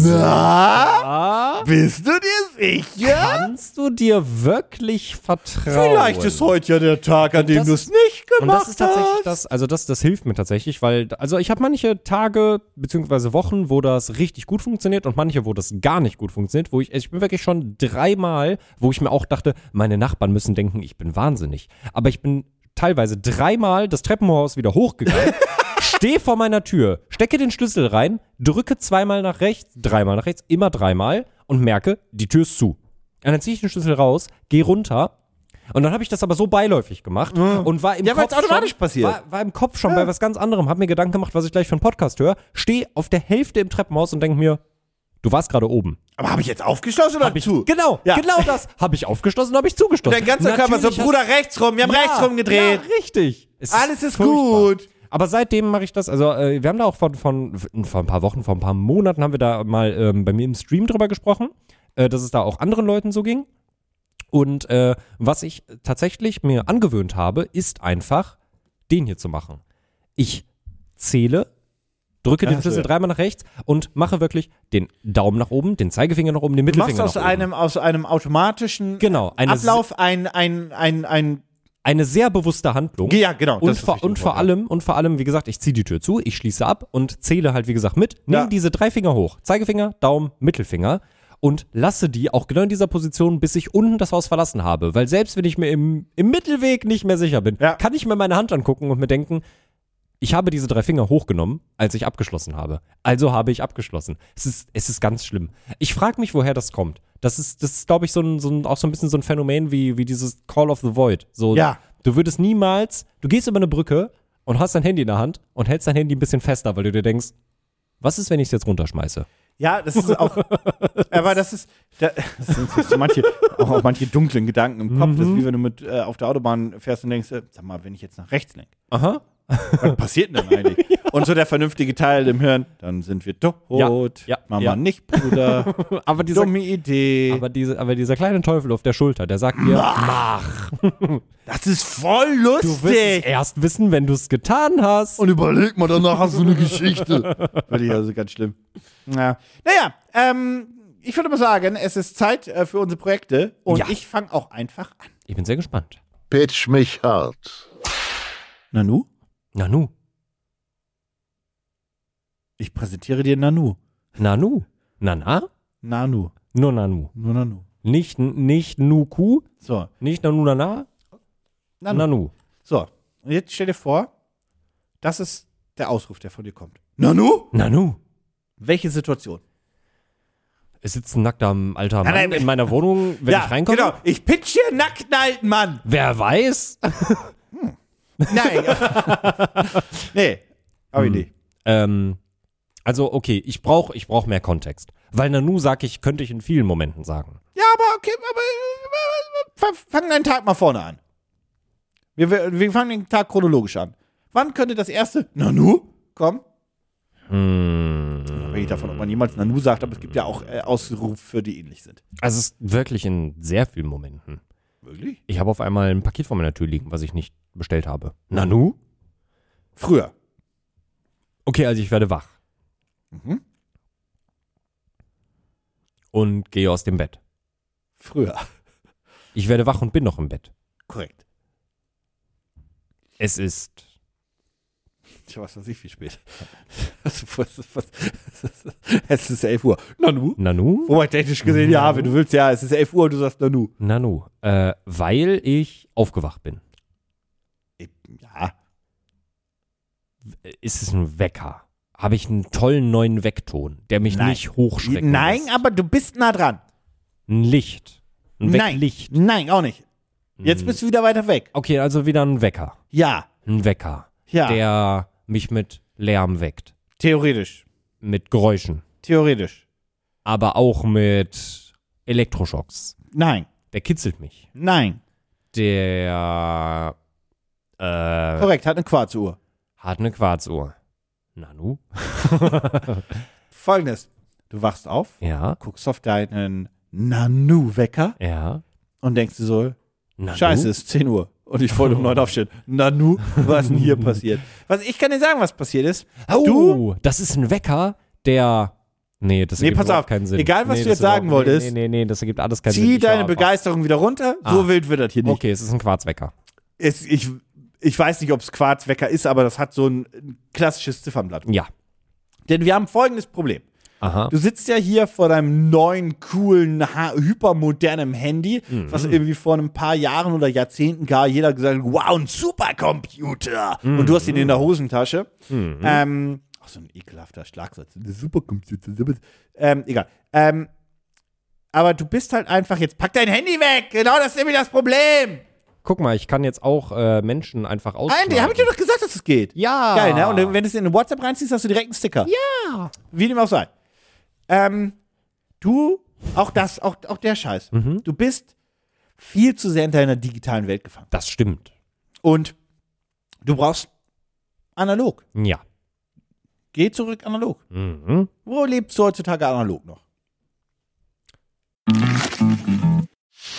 [SPEAKER 2] na,
[SPEAKER 3] Ah,
[SPEAKER 2] bist du dir sicher?
[SPEAKER 3] kannst du dir wirklich vertrauen?
[SPEAKER 2] Vielleicht ist heute ja der Tag, an dem
[SPEAKER 3] das-
[SPEAKER 2] du es nicht
[SPEAKER 3] Und
[SPEAKER 2] gemacht
[SPEAKER 3] das ist tatsächlich
[SPEAKER 2] hast.
[SPEAKER 3] das, also das, das hilft mir tatsächlich, weil, also ich habe manche Tage beziehungsweise Wochen, wo das richtig gut funktioniert und manche, wo das gar nicht gut funktioniert, wo ich, also ich bin wirklich schon dreimal, wo ich mir auch dachte, meine Nachbarn müssen denken, ich bin wahnsinnig. Aber ich bin teilweise dreimal das Treppenhaus wieder hochgegangen. Stehe vor meiner Tür, stecke den Schlüssel rein, drücke zweimal nach rechts, dreimal nach rechts, immer dreimal und merke, die Tür ist zu. Und dann ziehe ich den Schlüssel raus, gehe runter und dann habe ich das aber so beiläufig gemacht und war im
[SPEAKER 2] Ja,
[SPEAKER 3] Kopf
[SPEAKER 2] weil's automatisch
[SPEAKER 3] schon,
[SPEAKER 2] passiert.
[SPEAKER 3] War, war im Kopf schon bei was ganz anderem, habe mir Gedanken gemacht, was ich gleich für einen Podcast höre, stehe auf der Hälfte im Treppenhaus und denke mir, du warst gerade oben.
[SPEAKER 2] Aber habe ich jetzt aufgeschlossen oder
[SPEAKER 3] Hab ich,
[SPEAKER 2] zu?
[SPEAKER 3] Genau,
[SPEAKER 2] Ja.
[SPEAKER 3] genau das. Habe ich aufgeschlossen, habe ich zugeschlossen.
[SPEAKER 2] Dein ganzer Körper so,
[SPEAKER 3] Natürlich hast-
[SPEAKER 2] Bruder, rechts rum, wir haben rechts rum gedreht.
[SPEAKER 3] Ja, richtig. Es
[SPEAKER 2] Alles ist gut.
[SPEAKER 3] Aber seitdem mache ich das, also äh, wir haben da auch von, von, vor ein paar Wochen, vor ein paar Monaten haben wir da mal ähm, bei mir im Stream drüber gesprochen, äh, dass es da auch anderen Leuten so ging. Und äh, was ich tatsächlich mir angewöhnt habe, ist einfach, den hier zu machen. Ich zähle, drücke den
[SPEAKER 2] Ach so,
[SPEAKER 3] Schlüssel
[SPEAKER 2] ja.
[SPEAKER 3] dreimal nach rechts und mache wirklich den Daumen nach oben, den Zeigefinger nach oben, den
[SPEAKER 2] Du machst
[SPEAKER 3] Mittelfinger
[SPEAKER 2] aus
[SPEAKER 3] nach oben.
[SPEAKER 2] einem, aus einem automatischen äh,
[SPEAKER 3] genau, eine,
[SPEAKER 2] Ablauf ein, ein, ein, ein,
[SPEAKER 3] eine sehr bewusste Handlung.
[SPEAKER 2] ja, genau.
[SPEAKER 3] Und,
[SPEAKER 2] das ist das
[SPEAKER 3] vor,
[SPEAKER 2] richtige
[SPEAKER 3] und vor
[SPEAKER 2] Wort.
[SPEAKER 3] allem, und vor allem, wie gesagt, ich ziehe die Tür zu, ich schließe ab und zähle halt, wie gesagt, mit. Nimm
[SPEAKER 2] Ja.
[SPEAKER 3] diese drei Finger hoch. Zeigefinger, Daumen, Mittelfinger. Und lasse die auch genau in dieser Position, bis ich unten das Haus verlassen habe. Weil selbst wenn ich mir im, im Mittelweg nicht mehr sicher bin,
[SPEAKER 2] Ja.
[SPEAKER 3] kann ich mir meine Hand angucken und mir denken, ich habe diese drei Finger hochgenommen, als ich abgeschlossen habe. Also habe ich abgeschlossen. Es ist, es ist ganz schlimm. Ich frage mich, woher das kommt. Das ist, das ist glaube ich, so ein, so ein, auch so ein bisschen so ein Phänomen wie, wie dieses Call of the Void. So,
[SPEAKER 2] Ja.
[SPEAKER 3] Du würdest niemals, du gehst über eine Brücke und hast dein Handy in der Hand und hältst dein Handy ein bisschen fester, weil du dir denkst, was ist, wenn ich es jetzt runterschmeiße?
[SPEAKER 2] Ja, das ist auch. aber das ist. Da, das sind so manche, auch, auch manche dunklen Gedanken im Kopf.
[SPEAKER 3] Mhm.
[SPEAKER 2] Das ist wie wenn du mit, äh, auf der Autobahn fährst und denkst, äh, sag mal, wenn ich jetzt nach rechts lenke.
[SPEAKER 3] Aha.
[SPEAKER 2] Was passiert denn dann eigentlich? Und so der vernünftige Teil im Hirn, dann sind wir tot.
[SPEAKER 3] Ja, ja,
[SPEAKER 2] Mama
[SPEAKER 3] ja.
[SPEAKER 2] nicht, Bruder.
[SPEAKER 3] Aber dieser,
[SPEAKER 2] Dumme Idee.
[SPEAKER 3] aber, diese, aber dieser kleine Teufel auf der Schulter, der sagt dir, mach.
[SPEAKER 2] das ist voll
[SPEAKER 3] Du wirst es erst wissen, wenn du es getan hast.
[SPEAKER 1] Und überleg mal, danach hast du eine Geschichte.
[SPEAKER 2] Finde ich also ganz schlimm. Ja. Naja, ähm, ich würde mal sagen, es ist Zeit äh, für unsere Projekte und
[SPEAKER 3] Ja.
[SPEAKER 2] ich fange auch einfach an.
[SPEAKER 3] Ich bin sehr gespannt.
[SPEAKER 1] Pitch mich hart.
[SPEAKER 2] Nanu?
[SPEAKER 3] Nanu.
[SPEAKER 2] Ich präsentiere dir Nanu.
[SPEAKER 3] Nanu. Nana?
[SPEAKER 2] Nanu.
[SPEAKER 3] Nur Nanu.
[SPEAKER 2] Nur Nanu.
[SPEAKER 3] Nicht, nicht Nuku,
[SPEAKER 2] So.
[SPEAKER 3] nicht Nanu Nana,
[SPEAKER 2] Nanu.
[SPEAKER 3] Nanu.
[SPEAKER 2] So. Und jetzt stell dir vor, das ist der Ausruf, der von dir kommt. Nanu?
[SPEAKER 3] Nanu.
[SPEAKER 2] Welche Situation?
[SPEAKER 3] Es sitzt ein nackter alter Mann
[SPEAKER 2] Nein, nein.
[SPEAKER 3] in meiner Wohnung, wenn ich reinkomme.
[SPEAKER 2] genau. Ich pitch dir einen nackten alten Mann.
[SPEAKER 3] Wer weiß?
[SPEAKER 2] Nein. nee. Hab ich nicht.
[SPEAKER 3] Ähm, also, okay, ich brauche ich brauch mehr Kontext. Weil Nanu, sag ich, könnte ich in vielen Momenten sagen.
[SPEAKER 2] Ja, aber okay, aber, aber, aber fang- fang deinen Tag mal vorne an. Wir, wir, wir fangen den Tag chronologisch an. Wann könnte das erste Nanu kommen? Hm. Ich davon, ob man jemals Nanu sagt, aber es gibt ja auch äh, Ausrufe, die ähnlich sind.
[SPEAKER 3] Also, es ist wirklich in sehr vielen Momenten.
[SPEAKER 2] Wirklich?
[SPEAKER 3] Ich habe auf einmal ein Paket vor meiner Tür liegen, was ich nicht bestellt habe. Nanu?
[SPEAKER 2] Früher.
[SPEAKER 3] Okay, also ich werde wach.
[SPEAKER 2] Mhm.
[SPEAKER 3] Und gehe aus dem Bett.
[SPEAKER 2] Früher.
[SPEAKER 3] Ich werde wach und bin noch im Bett.
[SPEAKER 2] Korrekt.
[SPEAKER 3] Es ist
[SPEAKER 2] Ich weiß was ich viel spät. Also, was, was, es ist 11 Uhr. Nanu?
[SPEAKER 3] Nanu?
[SPEAKER 2] Wobei technisch gesehen, ja, wenn du willst, ja, es ist 11 Uhr und du sagst Nanu.
[SPEAKER 3] Nanu. Äh, weil ich aufgewacht bin.
[SPEAKER 2] Ja.
[SPEAKER 3] Ist es ein Wecker? Habe ich einen tollen neuen Weckton, der mich
[SPEAKER 2] Nein.
[SPEAKER 3] nicht hochschrecken
[SPEAKER 2] Nein,
[SPEAKER 3] lässt?
[SPEAKER 2] aber du bist nah dran.
[SPEAKER 3] Ein Licht. Ein
[SPEAKER 2] Nein.
[SPEAKER 3] Wecklicht.
[SPEAKER 2] Nein, auch nicht. Jetzt bist du wieder weiter weg.
[SPEAKER 3] Okay, also wieder ein Wecker.
[SPEAKER 2] Ja,
[SPEAKER 3] Ein Wecker,
[SPEAKER 2] ja.
[SPEAKER 3] der mich mit Lärm weckt.
[SPEAKER 2] theoretisch.
[SPEAKER 3] Mit Geräuschen.
[SPEAKER 2] Theoretisch.
[SPEAKER 3] Aber auch mit Elektroschocks.
[SPEAKER 2] Nein,
[SPEAKER 3] Der kitzelt mich.
[SPEAKER 2] nein,
[SPEAKER 3] der äh,
[SPEAKER 2] Korrekt, hat eine Quarzuhr.
[SPEAKER 3] hat eine Quarzuhr. Nanu?
[SPEAKER 2] Folgendes. Du wachst auf,
[SPEAKER 3] Ja,
[SPEAKER 2] guckst auf deinen Nanu-Wecker
[SPEAKER 3] ja.
[SPEAKER 2] und denkst dir so,
[SPEAKER 3] Nanu?
[SPEAKER 2] Scheiße, es ist 10 Uhr. Und ich wollte um 9 aufstehen. Nanu, was ist denn hier passiert? Was, ich kann dir sagen, was passiert ist.
[SPEAKER 3] Oh,
[SPEAKER 2] Du?
[SPEAKER 3] das ist ein Wecker, der. Nee, das
[SPEAKER 2] Nee,
[SPEAKER 3] ergibt
[SPEAKER 2] pass
[SPEAKER 3] überhaupt
[SPEAKER 2] auf.
[SPEAKER 3] keinen Sinn.
[SPEAKER 2] Egal, was
[SPEAKER 3] nee,
[SPEAKER 2] du
[SPEAKER 3] das
[SPEAKER 2] jetzt sagen
[SPEAKER 3] überhaupt- nee,
[SPEAKER 2] wolltest.
[SPEAKER 3] Nee, nee, nee, das ergibt alles keinen Sinn.
[SPEAKER 2] Zieh
[SPEAKER 3] Ich war
[SPEAKER 2] deine
[SPEAKER 3] ab-
[SPEAKER 2] Begeisterung wieder runter.
[SPEAKER 3] Ah.
[SPEAKER 2] So wild wird das hier nicht.
[SPEAKER 3] Okay, es ist ein Quarzwecker.
[SPEAKER 2] Es, ich, ich weiß nicht, ob es Quarzwecker ist, aber das hat so ein, ein klassisches Ziffernblatt.
[SPEAKER 3] Ja.
[SPEAKER 2] Denn wir haben folgendes Problem.
[SPEAKER 3] Aha.
[SPEAKER 2] Du sitzt ja hier vor deinem neuen, coolen, ha- hypermodernen Handy, was irgendwie vor ein paar Jahren oder Jahrzehnten gar jeder gesagt hat, wow, ein Supercomputer. Und du hast ihn in der Hosentasche. Ähm, ach, so ein ekelhafter Schlagsatz. Ein Supercomputer. super- Ähm, egal. Ähm, aber du bist halt einfach jetzt, pack dein Handy weg. Genau das ist nämlich das Problem.
[SPEAKER 3] Guck mal, ich kann jetzt auch äh, Menschen einfach aus.
[SPEAKER 2] Nein, die habe ich dir doch gesagt, dass es geht.
[SPEAKER 3] Ja.
[SPEAKER 2] Geil, ne? Und wenn du es in WhatsApp reinziehst, hast du direkt einen Sticker. Ja. Wie dem auch sei. Ähm, du, auch das, auch, auch der Scheiß.
[SPEAKER 3] Mhm.
[SPEAKER 2] Du bist viel zu sehr in deiner digitalen Welt gefangen.
[SPEAKER 3] Das stimmt.
[SPEAKER 2] Und du brauchst analog.
[SPEAKER 3] Ja.
[SPEAKER 2] Geh zurück analog.
[SPEAKER 3] Mhm.
[SPEAKER 2] Wo lebst du heutzutage analog noch?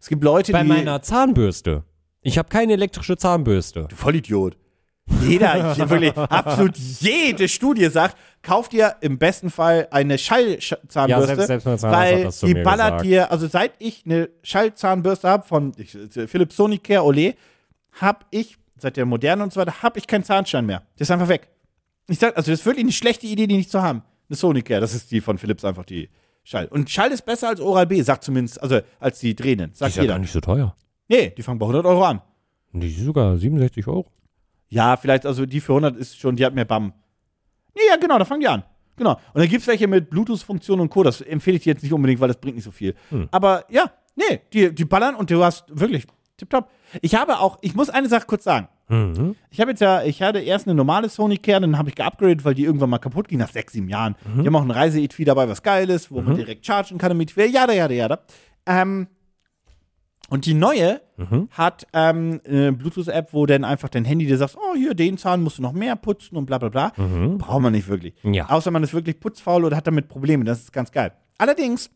[SPEAKER 2] Es gibt Leute,
[SPEAKER 3] Bei
[SPEAKER 2] die.
[SPEAKER 3] meiner Zahnbürste. Ich habe keine elektrische Zahnbürste.
[SPEAKER 2] Vollidiot. Jeder, hier wirklich, absolut jede Studie sagt, kauf dir im besten Fall eine Schallzahnbürste,
[SPEAKER 3] Ja, selbst- selbst mein Zahnarzt hat
[SPEAKER 2] weil
[SPEAKER 3] das zu
[SPEAKER 2] die
[SPEAKER 3] mir
[SPEAKER 2] ballert
[SPEAKER 3] gesagt.
[SPEAKER 2] dir, also seit ich eine Schallzahnbürste habe von ich, Philips Sonicare Olé, habe ich, seit der moderne und so weiter, habe ich keinen Zahnstein mehr. Der ist einfach weg. Ich sag, also das ist wirklich eine schlechte Idee, die nicht zu haben. Eine Sonicare, das ist die von Philips einfach die Schall. Und Schall ist besser als Oral-B, sagt zumindest, also als die Tränen,
[SPEAKER 3] Die
[SPEAKER 2] sagt
[SPEAKER 3] ist ja gar
[SPEAKER 2] jeder.
[SPEAKER 3] nicht so teuer.
[SPEAKER 2] Nee, die fangen bei 100 Euro an.
[SPEAKER 3] Die ist sogar 67 Euro.
[SPEAKER 2] Ja, vielleicht, also die für 100 ist schon, die hat mehr BAM. Ja, ja, genau, da fangen die an. Genau. Und dann gibt's welche mit Bluetooth-Funktion und Co. Das empfehle ich dir jetzt nicht unbedingt, weil das bringt nicht so viel. Aber ja, nee, die, die ballern und du hast wirklich tipptopp. Ich habe auch, ich muss eine Sache kurz sagen. Ich habe jetzt ja, ich hatte erst eine normale Sony Care, dann habe ich geupgradet, weil die irgendwann mal kaputt ging nach sechs, sieben Jahren. Die haben auch ein Reise-Etui dabei, was geil ist, wo man direkt chargen kann damit. Jada, jada, jada. Ähm, und die neue hat ähm, eine Bluetooth-App, wo dann einfach dein Handy dir sagt, oh, hier, den Zahn musst du noch mehr putzen und bla bla bla. Braucht man nicht wirklich.
[SPEAKER 3] Ja.
[SPEAKER 2] Außer man ist wirklich putzfaul oder hat damit Probleme. Das ist ganz geil. Allerdings,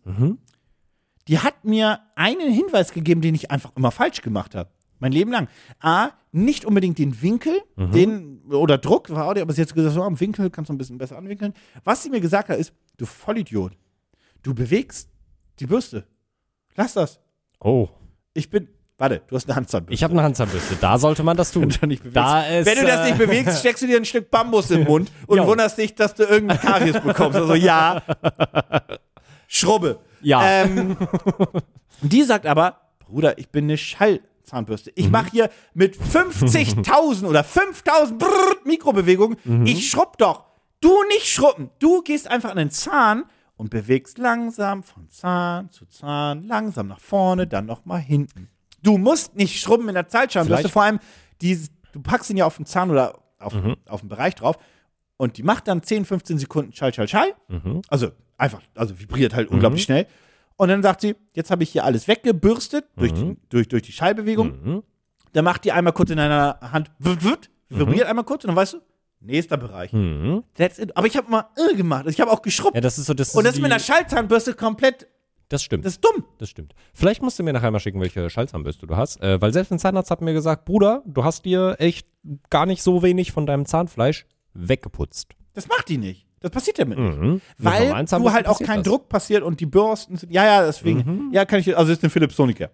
[SPEAKER 2] die hat mir einen Hinweis gegeben, den ich einfach immer falsch gemacht habe. Mein Leben lang. A, nicht unbedingt den Winkel, den, oder Druck, war auch der, aber sie hat gesagt, so, am Winkel kannst du ein bisschen besser anwinkeln. Was sie mir gesagt hat, ist, du Vollidiot, du bewegst die Bürste. Lass das.
[SPEAKER 3] Oh.
[SPEAKER 2] Ich bin. Warte, du hast eine Handzahnbürste.
[SPEAKER 3] Ich habe eine Handzahnbürste. Da sollte man das tun.
[SPEAKER 2] Wenn du nicht bewegst.
[SPEAKER 3] da ist,
[SPEAKER 2] Wenn du das nicht
[SPEAKER 3] äh,
[SPEAKER 2] bewegst, steckst du dir ein Stück Bambus im Mund und
[SPEAKER 3] Jo.
[SPEAKER 2] wunderst dich, dass du irgendeinen Karies bekommst. Also ja, Schrubbe.
[SPEAKER 3] Ja.
[SPEAKER 2] Ähm, die sagt aber, Bruder, ich bin eine Schallzahnbürste.
[SPEAKER 3] Mhm.
[SPEAKER 2] Ich mache hier mit 50.000 oder 5.000 brrr, Mikrobewegungen.
[SPEAKER 3] Mhm.
[SPEAKER 2] Ich schrubb doch. Du nicht schrubben. Du gehst einfach an den Zahn und bewegst langsam von Zahn zu Zahn, langsam nach vorne, dann nochmal hinten. Du musst nicht schrubben in der Zeitscheinbürste.
[SPEAKER 3] Vielleicht-
[SPEAKER 2] Vor allem, die, du packst ihn ja auf den Zahn oder auf,
[SPEAKER 3] Mhm.
[SPEAKER 2] auf den Bereich drauf und die macht dann 10, 15 Sekunden Schall, Schall, Schall.
[SPEAKER 3] Mhm.
[SPEAKER 2] Also einfach, also vibriert halt unglaublich schnell. Und dann sagt sie, jetzt habe ich hier alles weggebürstet durch,
[SPEAKER 3] Mhm.
[SPEAKER 2] die, durch, durch die Schallbewegung. Dann macht die einmal kurz in deiner Hand, wut, wut, vibriert
[SPEAKER 3] Mhm.
[SPEAKER 2] einmal kurz und dann weißt du, nächster Bereich. That's it. Aber ich habe mal irre gemacht. Also Ich habe auch geschrubbt.
[SPEAKER 3] Ja, das ist so das.
[SPEAKER 2] und das
[SPEAKER 3] ist
[SPEAKER 2] mit einer
[SPEAKER 3] die-
[SPEAKER 2] Schallzahnbürste komplett,
[SPEAKER 3] Das stimmt.
[SPEAKER 2] das ist dumm.
[SPEAKER 3] Das stimmt. Vielleicht musst du mir nachher mal schicken, welche Schallzahnbürste du hast. Äh, weil selbst ein Zahnarzt hat mir gesagt, Bruder, du hast dir echt gar nicht so wenig von deinem Zahnfleisch weggeputzt.
[SPEAKER 2] Das macht die nicht. Das passiert damit
[SPEAKER 3] Mhm.
[SPEAKER 2] nicht.
[SPEAKER 3] Mit
[SPEAKER 2] Mhm. Weil
[SPEAKER 3] normalen Zahnbürsten
[SPEAKER 2] du halt auch
[SPEAKER 3] passiert
[SPEAKER 2] kein
[SPEAKER 3] das. Mhm.
[SPEAKER 2] Druck passiert und die Bürsten sind. Ja, ja, deswegen. Ja, kann ich. Also, das ist eine Philips Sonicare.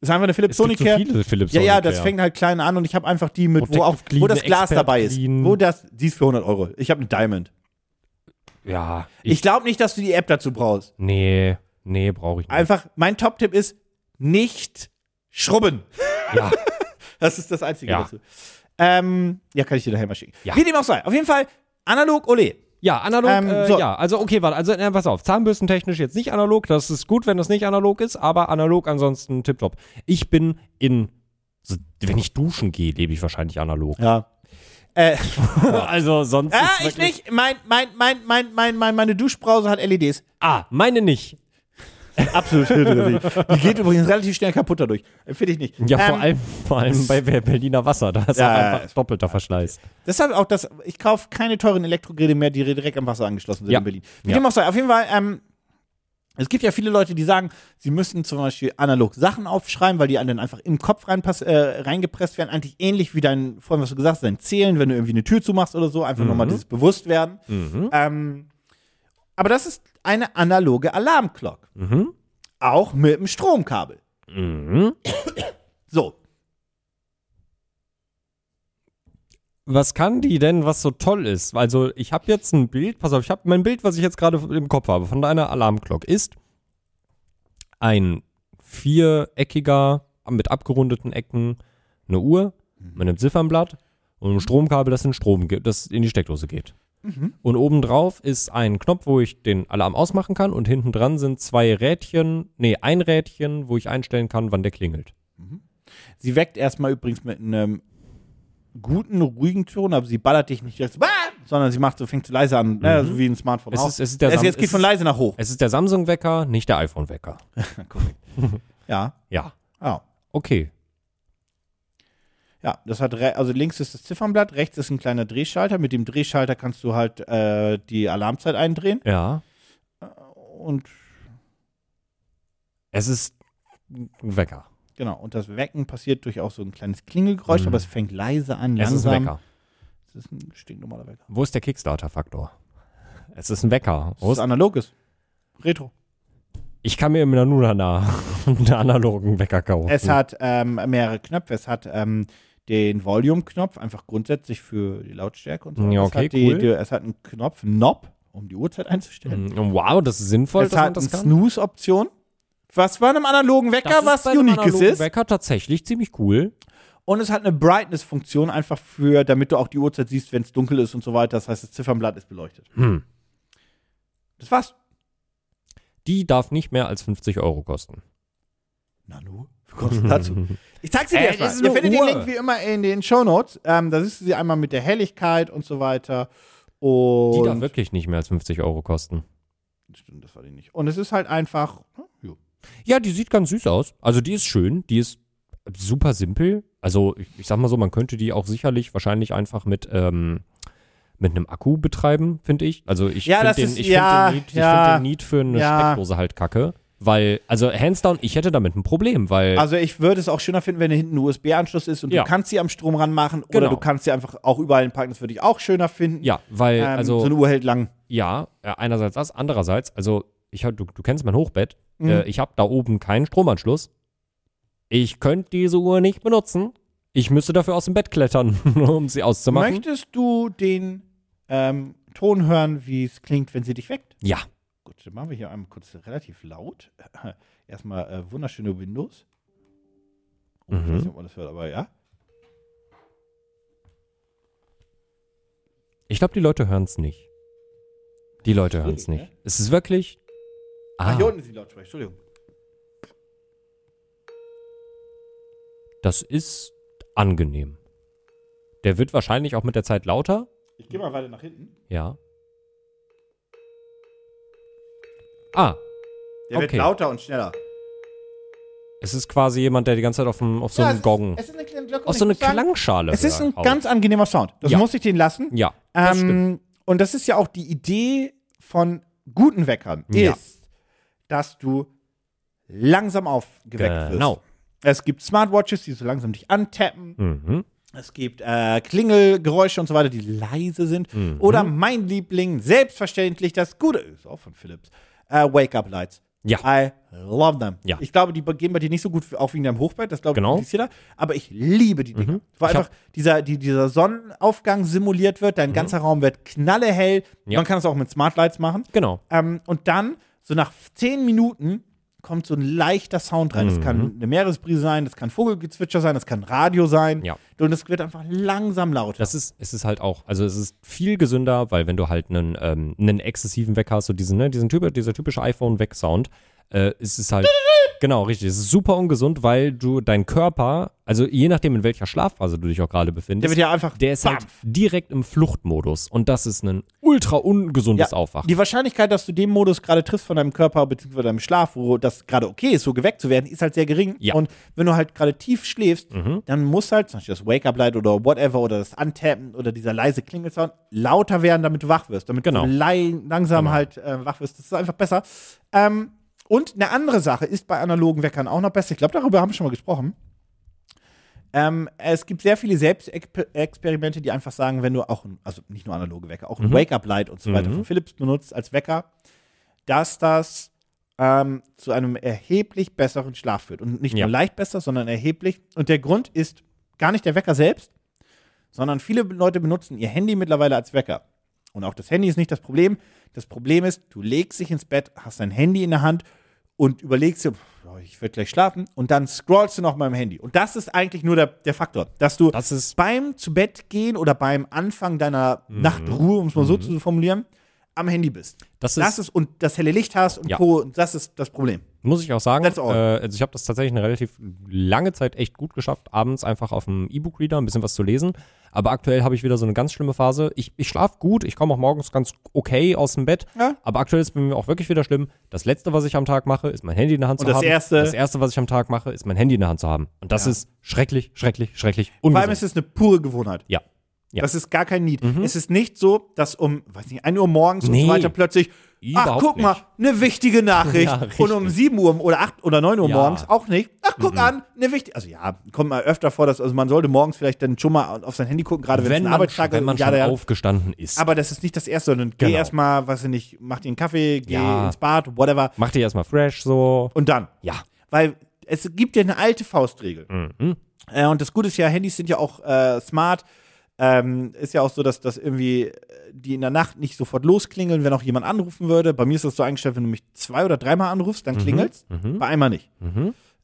[SPEAKER 2] Das ist einfach eine Philips
[SPEAKER 3] Es gibt so
[SPEAKER 2] Sonicare.
[SPEAKER 3] viele Philips
[SPEAKER 2] Ja, ja,
[SPEAKER 3] Sonicare.
[SPEAKER 2] das fängt halt klein an und ich habe einfach die mit, wo,
[SPEAKER 3] Protective
[SPEAKER 2] auch, wo
[SPEAKER 3] Clean,
[SPEAKER 2] das Glas
[SPEAKER 3] Expert
[SPEAKER 2] dabei ist.
[SPEAKER 3] Clean.
[SPEAKER 2] Wo das, die ist für 100 Euro. Ich habe eine Diamond.
[SPEAKER 3] Ja.
[SPEAKER 2] Ich glaube nicht, dass du die App dazu brauchst.
[SPEAKER 3] nee, nee, brauche ich nicht.
[SPEAKER 2] Einfach, mein Top-Tipp ist, nicht schrubben.
[SPEAKER 3] Ja.
[SPEAKER 2] Das ist das Einzige
[SPEAKER 3] Ja.
[SPEAKER 2] dazu. Ähm, ja, kann ich dir nachher mal schicken.
[SPEAKER 3] Ja.
[SPEAKER 2] Wie dem auch sei. Auf jeden Fall, analog Ole.
[SPEAKER 3] Ja, analog,
[SPEAKER 2] Ähm,
[SPEAKER 3] äh,
[SPEAKER 2] so.
[SPEAKER 3] ja. Also, okay, warte, also, äh, pass auf, zahnbürstentechnisch jetzt nicht analog, das ist gut, wenn das nicht analog ist, aber analog ansonsten tipptopp. Ich bin in, so, wenn ich duschen gehe, lebe ich wahrscheinlich analog.
[SPEAKER 2] Ja. Äh,
[SPEAKER 3] also, sonst
[SPEAKER 2] ah,
[SPEAKER 3] ist
[SPEAKER 2] ich
[SPEAKER 3] wirklich-
[SPEAKER 2] nicht. Mein, mein, mein, mein, mein, mein, meine Duschbrause hat LEDs.
[SPEAKER 3] Ah, meine nicht.
[SPEAKER 2] Absolut Hirnrissig. Die geht übrigens relativ schnell kaputt dadurch. Finde ich nicht.
[SPEAKER 3] Ja, vor,
[SPEAKER 2] Ähm,
[SPEAKER 3] allem, vor allem bei Ber- Berliner Wasser, da ist
[SPEAKER 2] Ja,
[SPEAKER 3] auch
[SPEAKER 2] ja,
[SPEAKER 3] einfach doppelter Verschleiß.
[SPEAKER 2] Deshalb auch das, ich kaufe keine teuren Elektrogeräte mehr, die direkt am Wasser angeschlossen sind
[SPEAKER 3] Ja.
[SPEAKER 2] in Berlin. Wie
[SPEAKER 3] Ja.
[SPEAKER 2] dem auch sei, auf jeden Fall, ähm, es gibt ja viele Leute, die sagen, sie müssten zum Beispiel analog Sachen aufschreiben, weil die dann einfach im Kopf reinpass, äh, reingepresst werden. Eigentlich ähnlich wie dein, vorhin was du gesagt hast, dein Zählen, wenn du irgendwie eine Tür zumachst oder so, einfach
[SPEAKER 3] Mhm.
[SPEAKER 2] nochmal dieses Bewusstwerden. Ähm, aber das ist eine analoge Alarmglock. Auch mit einem Stromkabel.
[SPEAKER 3] Mhm.
[SPEAKER 2] So,
[SPEAKER 3] Was kann die denn, was so toll ist? Also, ich habe jetzt ein Bild, pass auf, ich habe mein Bild, was ich jetzt gerade im Kopf habe, von deiner Alarmglock, ist ein viereckiger, mit abgerundeten Ecken, eine Uhr mit einem Ziffernblatt und einem Stromkabel, das in, Strom, ge- das in die Steckdose geht. Und obendrauf ist ein Knopf, wo ich den Alarm ausmachen kann und hinten dran sind zwei Rädchen, nee, ein Rädchen, wo ich einstellen kann, wann der klingelt.
[SPEAKER 2] Sie weckt erstmal übrigens mit einem guten, ruhigen Ton, aber sie ballert dich nicht direkt so, "Bah!", sondern sie macht so, fängt so leise an, ne, so wie ein Smartphone
[SPEAKER 3] Mhm. Es
[SPEAKER 2] auch.
[SPEAKER 3] ist- es ist der Sam-
[SPEAKER 2] jetzt
[SPEAKER 3] es
[SPEAKER 2] geht von
[SPEAKER 3] ist-
[SPEAKER 2] leise nach hoch.
[SPEAKER 3] Es ist der Samsung-Wecker, nicht der iPhone-Wecker.
[SPEAKER 2] Ja,
[SPEAKER 3] Ja.
[SPEAKER 2] ja.
[SPEAKER 3] Okay.
[SPEAKER 2] Ja, das hat re- also links ist das Ziffernblatt, rechts ist ein kleiner Drehschalter. Mit dem Drehschalter kannst du halt äh, die Alarmzeit eindrehen
[SPEAKER 3] Ja.
[SPEAKER 2] und
[SPEAKER 3] Es ist ein Wecker.
[SPEAKER 2] genau. Und das Wecken passiert durch auch so ein kleines Klingelgeräusch, aber es fängt leise an,
[SPEAKER 3] Mhm. Es
[SPEAKER 2] langsam.
[SPEAKER 3] ist ein Wecker.
[SPEAKER 2] Es ist ein stinknormaler Wecker.
[SPEAKER 3] Wo ist der Kickstarter-Faktor? Es ist ein Wecker. Wo
[SPEAKER 2] Was
[SPEAKER 3] ist
[SPEAKER 2] analoges, Retro.
[SPEAKER 3] ich kann mir im Nanuna nah einen analogen Wecker kaufen.
[SPEAKER 2] Es hat ähm, mehrere Knöpfe. Es hat ähm, den Volume-Knopf, einfach grundsätzlich für die Lautstärke und so.
[SPEAKER 3] Mhm, Ja,
[SPEAKER 2] es,
[SPEAKER 3] okay,
[SPEAKER 2] hat die,
[SPEAKER 3] cool.
[SPEAKER 2] die, es hat einen Knopf, einen Knob, um die Uhrzeit einzustellen.
[SPEAKER 3] Mm, Wow, das ist sinnvoll,
[SPEAKER 2] es
[SPEAKER 3] dass man
[SPEAKER 2] hat eine
[SPEAKER 3] das kann.
[SPEAKER 2] Snooze-Option. Was bei einem analogen Wecker,
[SPEAKER 3] ist
[SPEAKER 2] was
[SPEAKER 3] bei einem
[SPEAKER 2] Uniques
[SPEAKER 3] analogen
[SPEAKER 2] ist.
[SPEAKER 3] Wecker tatsächlich ziemlich cool.
[SPEAKER 2] Und es hat eine Brightness-Funktion, einfach für, damit du auch die Uhrzeit siehst, wenn es dunkel ist und so weiter. Das heißt, das Ziffernblatt ist beleuchtet.
[SPEAKER 3] Hm.
[SPEAKER 2] Das war's.
[SPEAKER 3] Die darf nicht mehr als 50 Euro kosten.
[SPEAKER 2] Nanu, wie kommst du dazu? Ich zeig sie dir
[SPEAKER 3] Ey,
[SPEAKER 2] erstmal.
[SPEAKER 3] Äh, das ist
[SPEAKER 2] Ihr
[SPEAKER 3] eine
[SPEAKER 2] findet
[SPEAKER 3] Uhr.
[SPEAKER 2] den Link wie immer in den Shownotes. Ähm, da siehst du sie einmal mit der Helligkeit und so weiter.
[SPEAKER 3] Die darf
[SPEAKER 2] Und
[SPEAKER 3] wirklich nicht mehr als 50 Euro kosten.
[SPEAKER 2] Stimmt, das war die nicht. Und es ist halt einfach. Jo.
[SPEAKER 3] Ja, die sieht ganz süß aus. Also die ist schön, die ist super simpel. Also ich, ich sag mal so, man könnte die auch sicherlich wahrscheinlich einfach mit ähm, mit einem Akku betreiben, finde ich. Also ich
[SPEAKER 2] Ja,
[SPEAKER 3] finde
[SPEAKER 2] das
[SPEAKER 3] den,
[SPEAKER 2] ist-
[SPEAKER 3] ich
[SPEAKER 2] ja,
[SPEAKER 3] find den, Need- ich
[SPEAKER 2] ja,
[SPEAKER 3] find den Need für eine
[SPEAKER 2] ja.
[SPEAKER 3] Steckdose halt kacke. Weil, also hands down, ich hätte damit ein Problem, weil
[SPEAKER 2] Also ich würde es auch schöner finden, wenn hinten ein USB-Anschluss ist und
[SPEAKER 3] Ja.
[SPEAKER 2] du kannst sie am Strom ranmachen
[SPEAKER 3] Genau.
[SPEAKER 2] oder du kannst sie einfach auch überall hinpacken. Das würde ich auch schöner finden.
[SPEAKER 3] ja, weil,
[SPEAKER 2] Ähm,
[SPEAKER 3] also
[SPEAKER 2] so eine Uhr hält lang.
[SPEAKER 3] Ja, äh, einerseits das, andererseits, also ich hab, du, du kennst mein Hochbett, äh,
[SPEAKER 2] Mhm.
[SPEAKER 3] ich habe da oben keinen Stromanschluss. Ich könnte diese Uhr nicht benutzen. Ich müsste dafür aus dem Bett klettern, um sie auszumachen.
[SPEAKER 2] Möchtest du den ähm, Ton hören, wie es klingt, wenn sie dich weckt?
[SPEAKER 3] Ja.
[SPEAKER 2] Gut, dann machen wir hier einmal kurz relativ laut. Erstmal äh, wunderschöne Windows. Oh, Ich
[SPEAKER 3] Mhm.
[SPEAKER 2] weiß nicht, ob man das hört, aber ja.
[SPEAKER 3] Ich glaube, die Leute hören es nicht. Die Leute hören es
[SPEAKER 2] ne?
[SPEAKER 3] nicht. Es ist wirklich. Ah,
[SPEAKER 2] Ach, hier unten ist die Lautsprecher, Entschuldigung.
[SPEAKER 3] das ist angenehm. Der wird wahrscheinlich auch mit der Zeit lauter.
[SPEAKER 2] Ich gehe mal weiter nach hinten.
[SPEAKER 3] Ja. Ah,
[SPEAKER 2] Der wird
[SPEAKER 3] Okay.
[SPEAKER 2] lauter und schneller.
[SPEAKER 3] es ist quasi jemand, der die ganze Zeit auf, dem, auf so
[SPEAKER 2] Ja, es
[SPEAKER 3] einem
[SPEAKER 2] ist-
[SPEAKER 3] Gong.
[SPEAKER 2] Es ist eine kleine Glocke.
[SPEAKER 3] Auf
[SPEAKER 2] und
[SPEAKER 3] so
[SPEAKER 2] ich
[SPEAKER 3] eine
[SPEAKER 2] muss sagen,
[SPEAKER 3] Klangschale.
[SPEAKER 2] Es ist ein
[SPEAKER 3] haut.
[SPEAKER 2] ganz angenehmer Sound. Das
[SPEAKER 3] Ja.
[SPEAKER 2] muss ich den lassen.
[SPEAKER 3] Ja, das stimmt.
[SPEAKER 2] Ähm, und das ist ja auch die Idee von guten Weckern,
[SPEAKER 3] Ja.
[SPEAKER 2] ist, dass du langsam aufgeweckt
[SPEAKER 3] Genau.
[SPEAKER 2] wirst. Es gibt Smartwatches, die so langsam dich antappen.
[SPEAKER 3] Mhm.
[SPEAKER 2] Es gibt äh, Klingelgeräusche und so weiter, die leise sind.
[SPEAKER 3] Mhm.
[SPEAKER 2] Oder mein Liebling, selbstverständlich das Gute, ist auch von Philips, äh, Wake-Up-Lights.
[SPEAKER 3] Ja.
[SPEAKER 2] I love them.
[SPEAKER 3] Ja.
[SPEAKER 2] Ich glaube, die gehen bei dir nicht so gut, auch wegen deinem Hochbett, das glaube
[SPEAKER 3] Genau. Mhm.
[SPEAKER 2] ich, ist jeder. Aber ich liebe die Dinger. Weil
[SPEAKER 3] Ich hab- Mhm.
[SPEAKER 2] einfach dieser, die, dieser Sonnenaufgang simuliert wird, dein ganzer Raum wird knallehell.
[SPEAKER 3] Ja.
[SPEAKER 2] Man kann das auch mit Smartlights machen.
[SPEAKER 3] Genau.
[SPEAKER 2] Ähm, und dann, so nach zehn Minuten, kommt so ein leichter Sound rein. Das
[SPEAKER 3] Mhm.
[SPEAKER 2] kann eine Meeresbrise sein, das kann Vogelgezwitscher sein, das kann Radio sein.
[SPEAKER 3] Ja.
[SPEAKER 2] Und es wird einfach langsam lauter.
[SPEAKER 3] Das ist, es ist halt auch, also es ist viel gesünder, weil wenn du halt einen, ähm, einen exzessiven Weg hast, so diesen, ne, diesen typ, dieser typische iPhone-Weg-Sound, äh, es ist halt, genau, richtig, es ist super ungesund, weil du, dein Körper, also je nachdem, in welcher Schlafphase du dich auch gerade
[SPEAKER 2] der
[SPEAKER 3] befindest,
[SPEAKER 2] wird ja einfach.
[SPEAKER 3] der ist halt
[SPEAKER 2] Bam.
[SPEAKER 3] direkt im Fluchtmodus und das ist ein ultra ungesundes
[SPEAKER 2] Ja,
[SPEAKER 3] Aufwachen.
[SPEAKER 2] Die Wahrscheinlichkeit, dass du den Modus gerade triffst von deinem Körper bzw. deinem Schlaf, wo das gerade okay ist, so geweckt zu werden, ist halt sehr gering.
[SPEAKER 3] Ja. Mhm.
[SPEAKER 2] Und wenn du halt gerade tief schläfst, dann muss halt zum Beispiel das Wake-up-Light oder whatever oder das Untappen oder dieser leise Klingelsound lauter werden, damit du wach wirst, damit
[SPEAKER 3] Genau.
[SPEAKER 2] du lei- langsam halt äh, wach wirst. Das ist einfach besser. Ähm, und eine andere Sache ist bei analogen Weckern auch noch besser. Ich glaube, darüber haben wir schon mal gesprochen. Ähm, es gibt sehr viele Selbstexperimente, die einfach sagen, wenn du auch, ein- also nicht nur analoge Wecker, auch ein
[SPEAKER 3] Mhm.
[SPEAKER 2] Wake-up-Light und so weiter von Philips benutzt als Wecker, dass das ähm, zu einem erheblich besseren Schlaf führt. Und nicht
[SPEAKER 3] Ja.
[SPEAKER 2] nur leicht besser, sondern erheblich. Und der Grund ist gar nicht der Wecker selbst, sondern viele Leute benutzen ihr Handy mittlerweile als Wecker. Und auch das Handy ist nicht das Problem. Das Problem ist, du legst dich ins Bett, hast dein Handy in der Hand und überlegst dir, "Pff, ja, ich werde gleich schlafen und dann scrollst du noch mal im Handy. Und das ist eigentlich nur der, der Faktor, dass du
[SPEAKER 3] Das ist- Mhm.
[SPEAKER 2] beim zu Bett gehen oder beim Anfang deiner Nachtruhe, um es mal so zu formulieren, am Handy bist.
[SPEAKER 3] Das ist-
[SPEAKER 2] das ist und das helle Licht hast und
[SPEAKER 3] Ja.
[SPEAKER 2] Co. Und das ist das Problem.
[SPEAKER 3] Muss ich auch sagen,
[SPEAKER 2] That's
[SPEAKER 3] äh,
[SPEAKER 2] all.
[SPEAKER 3] also ich habe das tatsächlich eine relativ lange Zeit echt gut geschafft, abends einfach auf dem E-Book-Reader ein bisschen was zu lesen. Aber aktuell habe ich wieder so eine ganz schlimme Phase. Ich, ich schlafe gut, ich komme auch morgens ganz okay aus dem Bett.
[SPEAKER 2] Ja.
[SPEAKER 3] Aber aktuell ist bei mir auch wirklich wieder schlimm. Das Letzte, was ich am Tag mache, ist mein Handy in der Hand
[SPEAKER 2] Und
[SPEAKER 3] zu
[SPEAKER 2] das
[SPEAKER 3] haben.
[SPEAKER 2] Erste-
[SPEAKER 3] das Erste, was ich am Tag mache, ist mein Handy in der Hand zu haben. Und das ist schrecklich, schrecklich, schrecklich
[SPEAKER 2] Vor allem
[SPEAKER 3] ungesund.
[SPEAKER 2] ist es eine pure Gewohnheit.
[SPEAKER 3] ja. Ja. Mhm.
[SPEAKER 2] Das ist gar kein Need. Es ist nicht so, dass um, weiß nicht, 1 Uhr morgens und
[SPEAKER 3] Nee.
[SPEAKER 2] so weiter plötzlich, ach,
[SPEAKER 3] Überhaupt
[SPEAKER 2] guck mal, eine wichtige Nachricht.
[SPEAKER 3] Ja, richtig.
[SPEAKER 2] und um 7 Uhr oder 8 oder 9 Uhr
[SPEAKER 3] Ja. Mhm.
[SPEAKER 2] morgens auch nicht. Ach, guck an, eine wichtige. Also ja, kommt mal öfter vor, dass, also man sollte morgens vielleicht dann schon mal auf sein Handy gucken, gerade wenn, es
[SPEAKER 3] wenn
[SPEAKER 2] ein
[SPEAKER 3] man,
[SPEAKER 2] Arbeitstag
[SPEAKER 3] wenn man
[SPEAKER 2] ja,
[SPEAKER 3] schon
[SPEAKER 2] ja.
[SPEAKER 3] aufgestanden ist.
[SPEAKER 2] Aber das ist nicht das Erste, sondern geh
[SPEAKER 3] Genau.
[SPEAKER 2] erstmal, weiß ich nicht, mach dir einen Kaffee, geh
[SPEAKER 3] Ja.
[SPEAKER 2] ins Bad, whatever.
[SPEAKER 3] Mach dich erstmal fresh so.
[SPEAKER 2] Und dann.
[SPEAKER 3] Ja.
[SPEAKER 2] Weil es gibt ja eine alte Faustregel. Äh, und das Gute ist ja, Handys sind ja auch äh, smart. Ähm, ist ja auch so, dass das irgendwie äh, die in der Nacht nicht sofort losklingeln, wenn auch jemand anrufen würde. Bei mir ist das so eingestellt, wenn du mich zwei oder dreimal anrufst, dann klingelt's. Bei einmal nicht.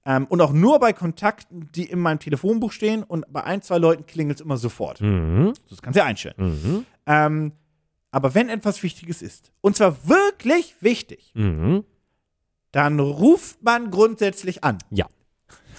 [SPEAKER 2] Ähm, und auch nur bei Kontakten, die in meinem Telefonbuch stehen und bei ein, zwei Leuten klingelt's immer
[SPEAKER 3] Mhm.
[SPEAKER 2] sofort. Das kannst du ja einstellen. Ähm, aber wenn etwas Wichtiges ist, und zwar wirklich wichtig,
[SPEAKER 3] Mhm.
[SPEAKER 2] dann ruft man grundsätzlich an.
[SPEAKER 3] Ja.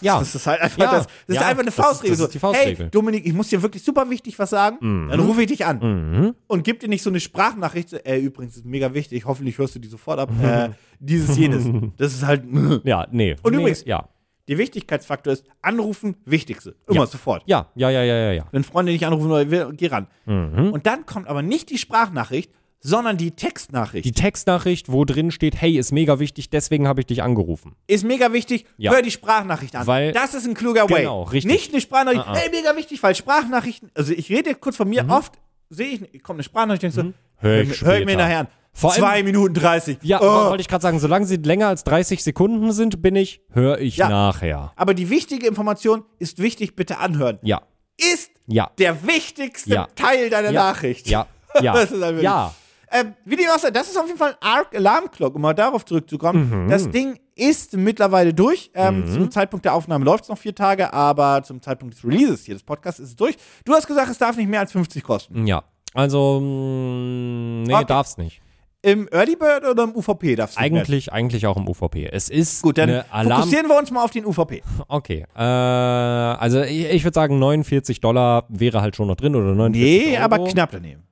[SPEAKER 3] Ja.
[SPEAKER 2] Das ist halt einfach,
[SPEAKER 3] Ja.
[SPEAKER 2] das, das ist
[SPEAKER 3] Ja.
[SPEAKER 2] einfach eine
[SPEAKER 3] Das ist-
[SPEAKER 2] Faustregel.
[SPEAKER 3] das ist die
[SPEAKER 2] So,
[SPEAKER 3] Faustregel.
[SPEAKER 2] Hey, Dominik, ich muss dir wirklich super wichtig was sagen. Dann rufe ich dich an
[SPEAKER 3] mhm.
[SPEAKER 2] und gib dir nicht so eine Sprachnachricht. so, Ey, übrigens, ist mega wichtig. Hoffentlich hörst du die sofort ab. äh, dieses, jenes. Das ist halt.
[SPEAKER 3] Mhm. Ja, nee.
[SPEAKER 2] Und
[SPEAKER 3] nee,
[SPEAKER 2] übrigens-
[SPEAKER 3] Ja.
[SPEAKER 2] Der Wichtigkeitsfaktor ist Anrufen, Wichtigste. Immer sofort.
[SPEAKER 3] Ja, ja, ja, ja, ja, ja.
[SPEAKER 2] Wenn Freunde dich anrufen, oder wer- geh ran.
[SPEAKER 3] Mhm.
[SPEAKER 2] Und dann kommt aber nicht die Sprachnachricht, sondern die Textnachricht.
[SPEAKER 3] Die Textnachricht, wo drin steht, hey, ist mega wichtig, deswegen habe ich dich angerufen.
[SPEAKER 2] ist mega wichtig,
[SPEAKER 3] Ja.
[SPEAKER 2] hör die Sprachnachricht an.
[SPEAKER 3] Weil-
[SPEAKER 2] das ist ein kluger Way.
[SPEAKER 3] Genau, richtig.
[SPEAKER 2] Nicht eine Sprachnachricht,
[SPEAKER 3] Ah, ah.
[SPEAKER 2] hey, mega wichtig, weil Sprachnachrichten, also ich rede kurz von mir, oft sehe ich, kommt eine Sprachnachricht, denkst du,
[SPEAKER 3] Mhm. Hör ich
[SPEAKER 2] hör ich mir
[SPEAKER 3] später.
[SPEAKER 2] nachher an.
[SPEAKER 3] Vor allem-
[SPEAKER 2] Zwei Minuten 30.
[SPEAKER 3] Ja,
[SPEAKER 2] Oh.
[SPEAKER 3] wollte ich gerade sagen, solange sie länger als 30 Sekunden sind, bin ich, höre ich
[SPEAKER 2] Ja.
[SPEAKER 3] nachher.
[SPEAKER 2] Aber die wichtige Information ist wichtig, bitte anhören.
[SPEAKER 3] Ja,
[SPEAKER 2] Ist
[SPEAKER 3] ja,
[SPEAKER 2] der wichtigste
[SPEAKER 3] Ja.
[SPEAKER 2] Teil deiner
[SPEAKER 3] Ja.
[SPEAKER 2] Nachricht.
[SPEAKER 3] ja, ja,
[SPEAKER 2] Das ist einfach-
[SPEAKER 3] ja.
[SPEAKER 2] Ähm, wie dem auch sei, das ist auf jeden Fall ein Arc Alarm Clock, um mal darauf
[SPEAKER 3] Mhm.
[SPEAKER 2] zurückzukommen. Das Ding ist mittlerweile durch. Ähm, Zum Zeitpunkt der Aufnahme läuft es noch vier Tage, aber zum Zeitpunkt des Releases hier des Podcasts ist es durch. Du hast gesagt, es darf nicht mehr als 50 kosten.
[SPEAKER 3] Ja, also, mh, nee,
[SPEAKER 2] Okay.
[SPEAKER 3] darf's nicht.
[SPEAKER 2] Im Early Bird oder im UVP darfst du nicht mehr?
[SPEAKER 3] Eigentlich, eigentlich auch im UVP. Es ist
[SPEAKER 2] Gut, dann
[SPEAKER 3] eine Alarm...
[SPEAKER 2] fokussieren wir uns mal auf den UVP.
[SPEAKER 3] Okay, äh, also ich, ich würde sagen, 49 Dollar wäre halt schon noch drin oder 49
[SPEAKER 2] Nee,
[SPEAKER 3] Euro.
[SPEAKER 2] aber knapp daneben.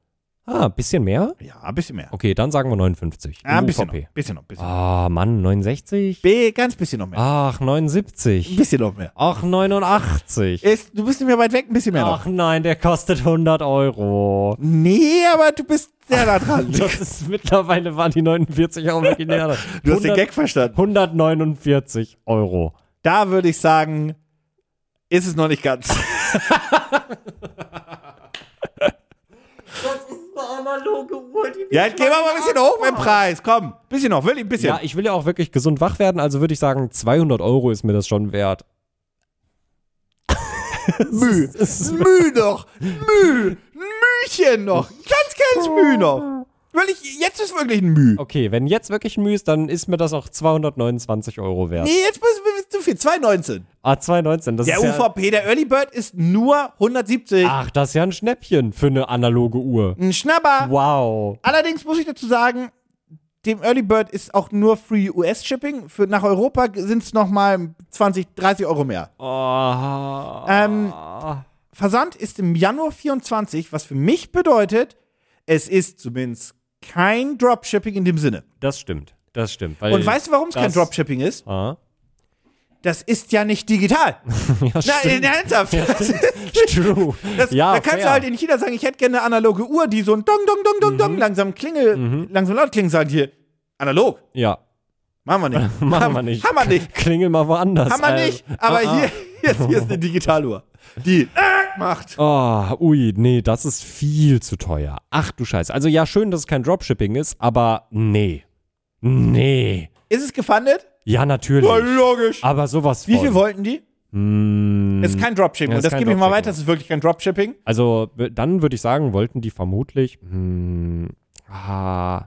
[SPEAKER 3] Ah, bisschen mehr?
[SPEAKER 2] Ja, ein bisschen mehr.
[SPEAKER 3] Okay, dann sagen wir 59
[SPEAKER 2] Ja,
[SPEAKER 3] im
[SPEAKER 2] Ah, ein bisschen
[SPEAKER 3] UVP.
[SPEAKER 2] noch. Bisschen noch, bisschen noch.
[SPEAKER 3] Ah, Mann, 69?
[SPEAKER 2] B, ganz bisschen noch mehr.
[SPEAKER 3] Ach,
[SPEAKER 2] Ein
[SPEAKER 3] 79.
[SPEAKER 2] bisschen noch mehr.
[SPEAKER 3] Ach, 89.
[SPEAKER 2] Ist, du bist nicht mehr weit weg, ein bisschen mehr noch.
[SPEAKER 3] Ach nein, der kostet 100 Euro.
[SPEAKER 2] Nee, aber du bist sehr nah dran. Du
[SPEAKER 3] Das ist mittlerweile waren die 49 auch wirklich näher. Du
[SPEAKER 2] hast den Gag verstanden.
[SPEAKER 3] 149 Euro.
[SPEAKER 2] Da würde ich sagen, ist es noch nicht ganz. Ja, jetzt gehen wir mal ein bisschen hoch mit dem Preis. Komm, bisschen noch, wirklich ein bisschen.
[SPEAKER 3] Ja, ich will ja auch wirklich gesund wach werden, also würde ich sagen, 200 Euro ist mir das schon wert.
[SPEAKER 2] Müh. Müh noch. Müh. Mühchen noch. Ganz, ganz Müh noch. Wirklich, jetzt ist wirklich ein Mühe.
[SPEAKER 3] Okay, wenn jetzt wirklich Mühe ist, dann ist mir das auch 229 Euro wert.
[SPEAKER 2] Nee, jetzt bist du zu viel. 2,19.
[SPEAKER 3] Ah, 2,19. Das
[SPEAKER 2] Der
[SPEAKER 3] ist ja,
[SPEAKER 2] UVP, der Early Bird ist nur 170.
[SPEAKER 3] Ach, das ist ja ein Schnäppchen für eine analoge Uhr.
[SPEAKER 2] Ein Schnapper.
[SPEAKER 3] Wow.
[SPEAKER 2] Allerdings muss ich dazu sagen, dem Early Bird ist auch nur Free US-Shipping. Für nach Europa sind es nochmal 20, 30 Euro mehr.
[SPEAKER 3] Oh.
[SPEAKER 2] Ähm, Versand ist im Januar 24, was für mich bedeutet, es ist zumindest kein Dropshipping in dem Sinne.
[SPEAKER 3] Das stimmt. Das stimmt.
[SPEAKER 2] Und weißt du, warum es kein Dropshipping ist?
[SPEAKER 3] Ah.
[SPEAKER 2] Das ist ja nicht digital.
[SPEAKER 3] Ja,
[SPEAKER 2] Na,
[SPEAKER 3] stimmt.
[SPEAKER 2] ernsthaft. das,
[SPEAKER 3] True.
[SPEAKER 2] das,
[SPEAKER 3] ja,
[SPEAKER 2] da kannst
[SPEAKER 3] fair.
[SPEAKER 2] du halt in China sagen, ich hätte gerne eine analoge Uhr, die so ein Dong, Dong, Dong, Dong,
[SPEAKER 3] Mhm.
[SPEAKER 2] Dong langsam klingel, langsam laut klingelt, sagen hier, analog.
[SPEAKER 3] Ja,
[SPEAKER 2] Machen wir nicht.
[SPEAKER 3] machen
[SPEAKER 2] Haben-
[SPEAKER 3] wir nicht.
[SPEAKER 2] Haben wir nicht.
[SPEAKER 3] Klingel mal woanders.
[SPEAKER 2] Haben wir
[SPEAKER 3] Ähm,
[SPEAKER 2] nicht. Aber
[SPEAKER 3] ah,
[SPEAKER 2] hier, hier, ist, hier ist eine Digitaluhr. Die äh, macht.
[SPEAKER 3] ah. Oh, ui, nee, das ist viel zu teuer. Ach du Scheiße. Also ja, schön, dass es kein Dropshipping ist, aber nee. Nee.
[SPEAKER 2] Ist es gefundet?
[SPEAKER 3] Ja, natürlich.
[SPEAKER 2] Ja, logisch.
[SPEAKER 3] Aber sowas von.
[SPEAKER 2] Wie viel wollten die? Es ist kein Dropshipping.
[SPEAKER 3] Hm.
[SPEAKER 2] Und
[SPEAKER 3] Ja, ist
[SPEAKER 2] das
[SPEAKER 3] kein
[SPEAKER 2] gebe ich mal
[SPEAKER 3] Dropshipping.
[SPEAKER 2] weiter. Das ist wirklich kein Dropshipping.
[SPEAKER 3] Also w- dann würde ich sagen, wollten die vermutlich, hm, ah,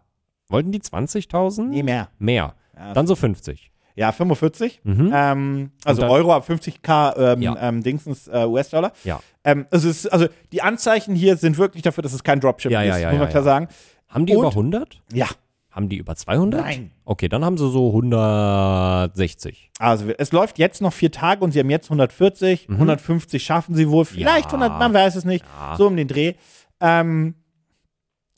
[SPEAKER 3] wollten die 20.000?
[SPEAKER 2] Nee, mehr.
[SPEAKER 3] Mehr.
[SPEAKER 2] Ja,
[SPEAKER 3] dann so 50.
[SPEAKER 2] Ja, 45.
[SPEAKER 3] Mhm.
[SPEAKER 2] Ähm, also
[SPEAKER 3] Und dann-
[SPEAKER 2] Euro ab 50k ähm,
[SPEAKER 3] Ja.
[SPEAKER 2] ähm, Dingsens äh, US-Dollar.
[SPEAKER 3] Ja.
[SPEAKER 2] Ähm, also, es ist, also die Anzeichen hier sind wirklich dafür, dass es kein Dropshipping
[SPEAKER 3] Ja, ja,
[SPEAKER 2] ist.
[SPEAKER 3] ja,
[SPEAKER 2] muss man
[SPEAKER 3] ja,
[SPEAKER 2] klar
[SPEAKER 3] ja.
[SPEAKER 2] sagen.
[SPEAKER 3] Haben die
[SPEAKER 2] Und-
[SPEAKER 3] über 100?
[SPEAKER 2] Ja.
[SPEAKER 3] Haben die über 200?
[SPEAKER 2] Nein.
[SPEAKER 3] Okay, dann haben sie so 160.
[SPEAKER 2] Also es läuft jetzt noch vier Tage und sie haben jetzt 140, 150 schaffen sie wohl, vielleicht
[SPEAKER 3] Mhm. Ja.
[SPEAKER 2] 100, man weiß es nicht, so um den Dreh. Ähm,